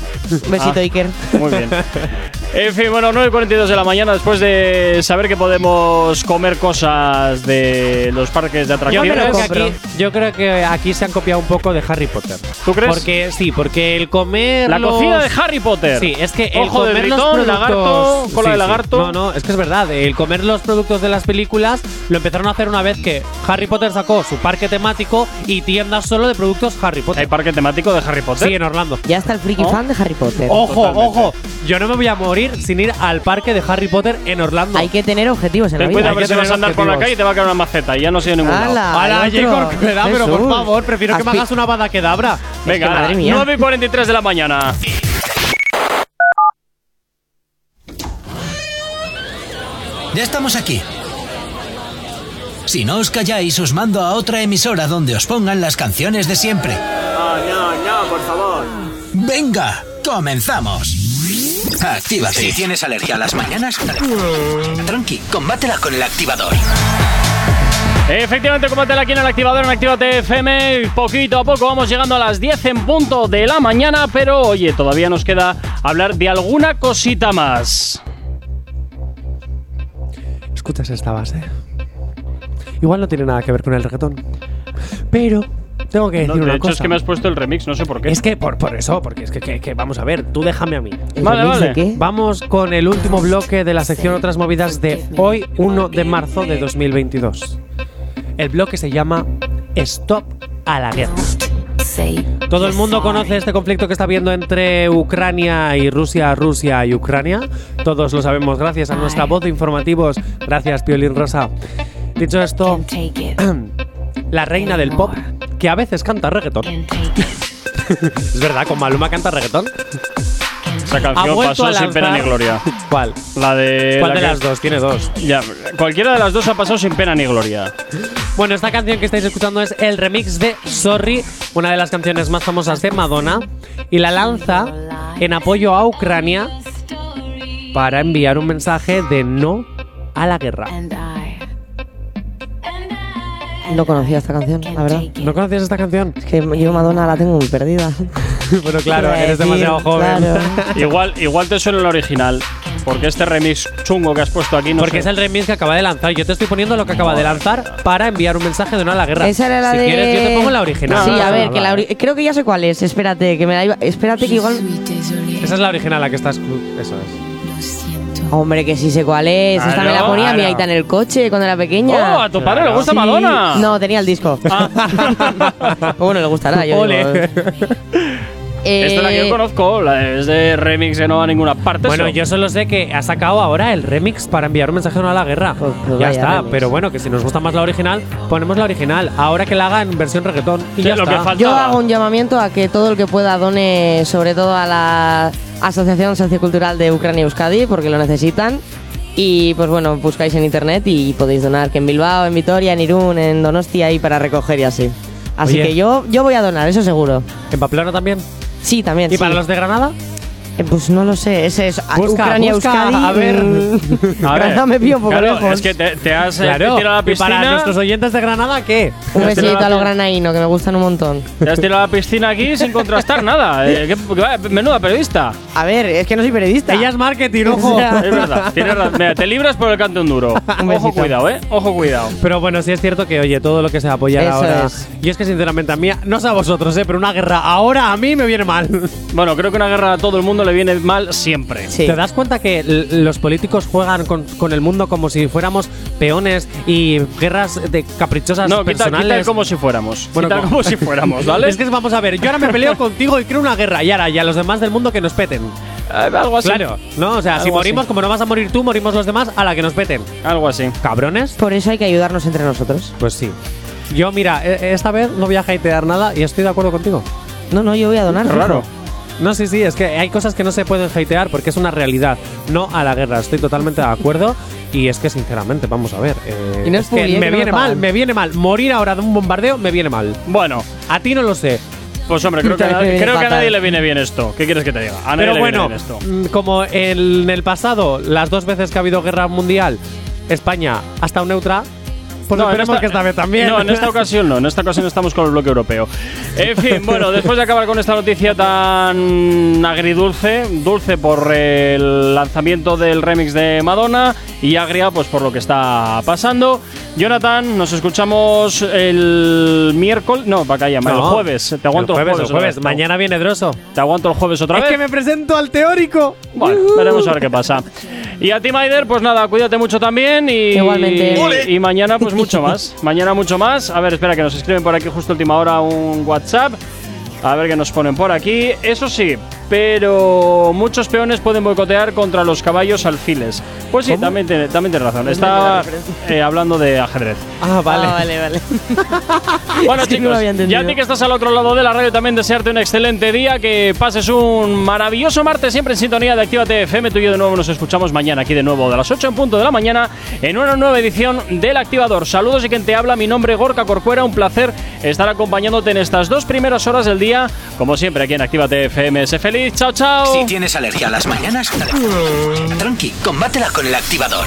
[SPEAKER 4] Besito, Iker.
[SPEAKER 2] Muy bien. En fin, bueno, 9.42 de la mañana, después de saber que podemos comer cosas de los parques de
[SPEAKER 3] Yo
[SPEAKER 2] atracciones.
[SPEAKER 3] creo, que aquí, yo creo que aquí se han copiado un poco de Harry Potter.
[SPEAKER 2] ¿Tú crees?
[SPEAKER 3] Porque sí, porque el comer.
[SPEAKER 2] La
[SPEAKER 3] los-
[SPEAKER 2] cocina de Harry Potter.
[SPEAKER 3] Sí, es que
[SPEAKER 2] Ojo
[SPEAKER 3] el
[SPEAKER 2] de
[SPEAKER 3] comer los
[SPEAKER 2] tritón, lagarto,
[SPEAKER 3] productos-
[SPEAKER 2] cola
[SPEAKER 3] Sí,
[SPEAKER 2] de
[SPEAKER 3] sí.
[SPEAKER 2] lagarto.
[SPEAKER 3] No, no, es que es verdad. El comer los productos de las películas lo empezaron a hacer una vez que Harry Potter sacó su parque temático y tiendas solo de productos Harry
[SPEAKER 2] Hay
[SPEAKER 3] Potter.
[SPEAKER 2] parque temático de Harry Potter.
[SPEAKER 3] Sí, en Orlando.
[SPEAKER 4] Ya está el friki fan de Harry Potter.
[SPEAKER 3] Ojo,
[SPEAKER 2] Totalmente.
[SPEAKER 3] ojo. Yo no me voy a morir sin ir al parque de Harry Potter en Orlando.
[SPEAKER 4] Hay que tener objetivos en la
[SPEAKER 2] Ten
[SPEAKER 4] vida.
[SPEAKER 2] cuidado
[SPEAKER 3] hay
[SPEAKER 2] porque
[SPEAKER 3] que
[SPEAKER 2] si vas
[SPEAKER 3] tener
[SPEAKER 2] a andar por la
[SPEAKER 3] objetivos.
[SPEAKER 2] calle y te va a caer una maceta y ya no sé de ningún lado.
[SPEAKER 4] ¡Hala!
[SPEAKER 3] Ala,
[SPEAKER 4] el otro.
[SPEAKER 3] Jacob, cuidado, pero por
[SPEAKER 4] Jesús.
[SPEAKER 3] favor, prefiero que me
[SPEAKER 4] Aspi-
[SPEAKER 3] hagas una bada quedabra.
[SPEAKER 2] Venga,
[SPEAKER 4] madre
[SPEAKER 2] ala,
[SPEAKER 4] mía.
[SPEAKER 2] 9 y 43 de la mañana.
[SPEAKER 5] Ya estamos aquí. Si no os calláis, os mando a otra emisora donde os pongan las canciones de siempre. No, no, no, por favor. Venga, comenzamos. Actívate. Si tienes alergia a las mañanas, tranqui, combátela con el activador.
[SPEAKER 2] Efectivamente, combátela aquí en el activador en Actívate FM. Y Poquito a poco vamos llegando a las 10 en punto de la mañana, pero oye, todavía nos queda hablar de alguna cosita más.
[SPEAKER 3] Escuchas esta base. Igual no tiene nada que ver con el reggaetón. Pero tengo que decir
[SPEAKER 2] No,
[SPEAKER 3] una
[SPEAKER 2] de hecho,
[SPEAKER 3] cosa.
[SPEAKER 2] es que me has puesto el remix, no sé por qué.
[SPEAKER 3] Es que por, por eso, porque es que, que- que vamos a ver, tú déjame a mí.
[SPEAKER 4] ¿El
[SPEAKER 2] Vale,
[SPEAKER 4] remix
[SPEAKER 2] vale.
[SPEAKER 4] de qué?
[SPEAKER 3] Vamos con el último bloque de la sección Otras Movidas de hoy, 1 de marzo de 2022. El bloque se llama Stop a la guerra. Todo el mundo conoce este conflicto que está habiendo entre Ucrania y Rusia, Rusia y Ucrania. Todos lo sabemos gracias a nuestra voz de informativos. Gracias, Piolín Rosa. Dicho esto, la reina del pop, que a veces canta reggaetón. Es verdad, con Maluma canta reggaetón.
[SPEAKER 2] Esa canción pasó sin pena ni gloria.
[SPEAKER 3] ¿Cuál?
[SPEAKER 2] La de.
[SPEAKER 3] ¿Cuál
[SPEAKER 2] la
[SPEAKER 3] de
[SPEAKER 2] que-
[SPEAKER 3] las dos? Tiene dos.
[SPEAKER 2] Ya, cualquiera de las dos ha pasado sin pena ni gloria.
[SPEAKER 3] Bueno, esta canción que estáis escuchando es el remix de Sorry, una de las canciones más famosas de Madonna, y la lanza en apoyo a Ucrania para enviar un mensaje de no a la guerra.
[SPEAKER 4] No conocía esta canción, la verdad.
[SPEAKER 3] ¿No conocías esta canción?
[SPEAKER 4] Es que yo Madonna la tengo muy perdida.
[SPEAKER 3] bueno, claro,
[SPEAKER 4] Iba a
[SPEAKER 3] eres
[SPEAKER 4] decir,
[SPEAKER 3] demasiado joven.
[SPEAKER 4] claro.
[SPEAKER 2] Igual, igual te suena el original. Porque este remix chungo que has puesto aquí no
[SPEAKER 3] Porque es
[SPEAKER 2] sé.
[SPEAKER 3] el remix que acaba de lanzar. Yo te estoy poniendo lo que acaba de lanzar para enviar un mensaje de no a la guerra.
[SPEAKER 4] Esa era la
[SPEAKER 3] si
[SPEAKER 4] de.
[SPEAKER 3] quieres, yo te pongo la original.
[SPEAKER 4] Sí,
[SPEAKER 3] No, no,
[SPEAKER 4] a
[SPEAKER 3] no,
[SPEAKER 4] ver,
[SPEAKER 3] no,
[SPEAKER 4] que la
[SPEAKER 3] no.
[SPEAKER 4] ori- creo que ya sé cuál es. Espérate, que me la iba. Espérate, que igual.
[SPEAKER 3] Esa es la original, la que estás. Eso es.
[SPEAKER 4] Hombre, que sí sé cuál es. Esta
[SPEAKER 2] Claro,
[SPEAKER 4] me la ponía mi
[SPEAKER 3] claro.
[SPEAKER 4] aita en el coche cuando era pequeña.
[SPEAKER 2] ¡Oh! A tu padre le gusta
[SPEAKER 4] Sí.
[SPEAKER 2] Madonna.
[SPEAKER 4] No, tenía el disco. bueno, le gustará, yo
[SPEAKER 3] Ah. Ole.
[SPEAKER 4] digo. Eh,
[SPEAKER 2] Esta es la que yo conozco, la de- es de remix que no va a ninguna parte.
[SPEAKER 3] Bueno,
[SPEAKER 2] eso.
[SPEAKER 3] yo solo sé que ha sacado ahora el remix para enviar un mensaje de no a la guerra.
[SPEAKER 4] Pues, pues
[SPEAKER 3] ya
[SPEAKER 4] vaya
[SPEAKER 3] está,
[SPEAKER 4] remix.
[SPEAKER 3] pero bueno, que si nos gusta más la original, ponemos la original. Ahora que la haga en versión reggaetón. Y
[SPEAKER 2] Sí,
[SPEAKER 3] ya
[SPEAKER 2] lo
[SPEAKER 3] está.
[SPEAKER 2] que falta.
[SPEAKER 4] Yo hago un llamamiento a que todo el que pueda done, sobre todo a la Asociación Sociocultural de Ucrania y Euskadi, porque lo necesitan. Y pues bueno, buscáis en internet y podéis donar, que en Bilbao, en Vitoria, en Irún, en Donostia, y para recoger y así. Así
[SPEAKER 3] Oye.
[SPEAKER 4] que yo, yo voy a donar, eso seguro.
[SPEAKER 3] ¿En Pamplona también?
[SPEAKER 4] Sí, también.
[SPEAKER 3] ¿Y para
[SPEAKER 4] sí.
[SPEAKER 3] los de Granada?
[SPEAKER 4] Eh, pues no lo sé, ese es
[SPEAKER 3] Busca,
[SPEAKER 4] Ucrania,
[SPEAKER 3] busca,
[SPEAKER 4] Euskadi.
[SPEAKER 3] a ver.
[SPEAKER 4] mm,
[SPEAKER 2] A ver.
[SPEAKER 4] Granada me pilla un poco
[SPEAKER 2] Claro,
[SPEAKER 4] lejos.
[SPEAKER 2] Es que te, te has eh, tirado a la
[SPEAKER 3] ¿Y para
[SPEAKER 2] piscina.
[SPEAKER 3] nuestros oyentes de Granada qué?
[SPEAKER 4] Un
[SPEAKER 2] Pero es que
[SPEAKER 4] besito
[SPEAKER 2] no-
[SPEAKER 4] a los granaíno, que me gustan un montón.
[SPEAKER 2] Te has tirado a la piscina aquí sin contrastar nada. Eh, qué- qué va- menuda periodista.
[SPEAKER 4] A ver, es que no soy periodista.
[SPEAKER 3] Ella es marketing,
[SPEAKER 4] O
[SPEAKER 3] ojo.
[SPEAKER 4] sea,
[SPEAKER 2] Es verdad, tienes razón. Mira, te libras por el canto un duro. Ojo,
[SPEAKER 4] besito.
[SPEAKER 2] cuidado, eh. Ojo, cuidado.
[SPEAKER 3] Pero bueno, sí es cierto que, oye, todo lo que se apoya
[SPEAKER 4] Eso
[SPEAKER 3] ahora.
[SPEAKER 4] es.
[SPEAKER 3] Y es que, sinceramente, a mí, no sé a vosotros, ¿eh? pero una guerra ahora a mí me viene mal.
[SPEAKER 2] Bueno, creo que una guerra a todo el mundo le viene mal siempre.
[SPEAKER 4] Sí.
[SPEAKER 3] ¿Te das cuenta que l- los políticos juegan con, con el mundo como si fuéramos peones y guerras de caprichosas
[SPEAKER 2] No, quita,
[SPEAKER 3] personales?
[SPEAKER 2] quita el como si fuéramos.
[SPEAKER 3] Bueno,
[SPEAKER 2] quita el
[SPEAKER 3] como-
[SPEAKER 2] como si fuéramos, ¿vale?
[SPEAKER 3] Es que vamos a ver, yo ahora me peleo contigo y creo una guerra y ahora y a los demás del mundo que nos peten.
[SPEAKER 2] Eh, algo así.
[SPEAKER 3] Claro, ¿no? O sea, si
[SPEAKER 2] Algo
[SPEAKER 3] morimos, como no vas a morir tú, morimos los demás a la que nos peten.
[SPEAKER 2] Algo así.
[SPEAKER 3] ¿Cabrones?
[SPEAKER 4] Por eso hay que ayudarnos entre nosotros.
[SPEAKER 3] Pues sí. Yo, mira, e- esta vez no voy a hatear nada y estoy de acuerdo contigo.
[SPEAKER 4] No, no, yo voy a donar.
[SPEAKER 2] Qué
[SPEAKER 4] fijo.
[SPEAKER 2] raro.
[SPEAKER 3] No, sí, sí, es que hay cosas que no se pueden hatear porque es una realidad, no a la guerra. Estoy totalmente de acuerdo. Y es que, sinceramente, vamos a ver. eh,
[SPEAKER 4] Y no es
[SPEAKER 3] que
[SPEAKER 4] publi, ¿eh?
[SPEAKER 3] me
[SPEAKER 4] que no me
[SPEAKER 3] viene mal,
[SPEAKER 4] pagan.
[SPEAKER 3] me viene mal. Morir ahora de un bombardeo me viene mal.
[SPEAKER 2] Bueno,
[SPEAKER 3] A ti no lo sé.
[SPEAKER 2] pues hombre, creo que, a
[SPEAKER 4] Te
[SPEAKER 2] nadie,
[SPEAKER 4] viene
[SPEAKER 2] creo que a
[SPEAKER 4] fatal.
[SPEAKER 2] nadie le viene bien esto. ¿Qué quieres que te diga? A nadie
[SPEAKER 3] Pero
[SPEAKER 2] le
[SPEAKER 3] bueno,
[SPEAKER 2] viene bien esto.
[SPEAKER 3] mm, como el- en el pasado, las dos veces que ha habido guerra mundial, España hasta un neutra, pues
[SPEAKER 2] en
[SPEAKER 3] esperemos que esta vez también.
[SPEAKER 2] No, en esta ocasión no. En esta ocasión estamos con el bloque europeo. En fin, bueno, después de acabar con esta noticia tan agridulce, dulce por el lanzamiento del remix de Madonna y agria pues por lo que está pasando. Jonathan, nos escuchamos el miércoles. No, para calla, el
[SPEAKER 3] No.
[SPEAKER 2] jueves. Te aguanto
[SPEAKER 3] El jueves, el
[SPEAKER 2] otra
[SPEAKER 3] jueves.
[SPEAKER 2] vez.
[SPEAKER 3] Mañana viene Droso.
[SPEAKER 2] Te aguanto el jueves otra
[SPEAKER 3] Es
[SPEAKER 2] vez.
[SPEAKER 3] que me presento al teórico.
[SPEAKER 2] Bueno, veremos a ver qué pasa. Y a ti, Maider, pues nada, cuídate mucho también. Y,
[SPEAKER 4] Igualmente.
[SPEAKER 2] Y, y mañana, pues mucho más. mañana, mucho más. A ver, espera, que nos escriben por aquí justo última hora un WhatsApp. A ver qué nos ponen por aquí. Eso sí, pero muchos peones pueden boicotear contra los caballos alfiles. Pues sí, también, tiene- también tienes razón. Estaba eh, hablando de ajedrez.
[SPEAKER 3] Ah, vale.
[SPEAKER 4] Ah, vale, vale.
[SPEAKER 2] Bueno,
[SPEAKER 4] Es que no
[SPEAKER 2] chicos,
[SPEAKER 4] lo había
[SPEAKER 2] ya
[SPEAKER 4] entendido.
[SPEAKER 2] a ti que estás al otro lado de la radio, también desearte un excelente día, que pases un maravilloso martes, siempre en sintonía de Actívate FM. Tú y yo de nuevo nos escuchamos mañana aquí de nuevo, de las 8 en punto de la mañana, en una nueva edición del Activador. Saludos y quien te habla, mi nombre es Gorka Corcuera. Un placer estar acompañándote en estas dos primeras horas del día, como siempre aquí en Actívate FM. Sé feliz, chao, chao.
[SPEAKER 5] Si tienes alergia a las mañanas, dale. tranqui, combátela con el activador.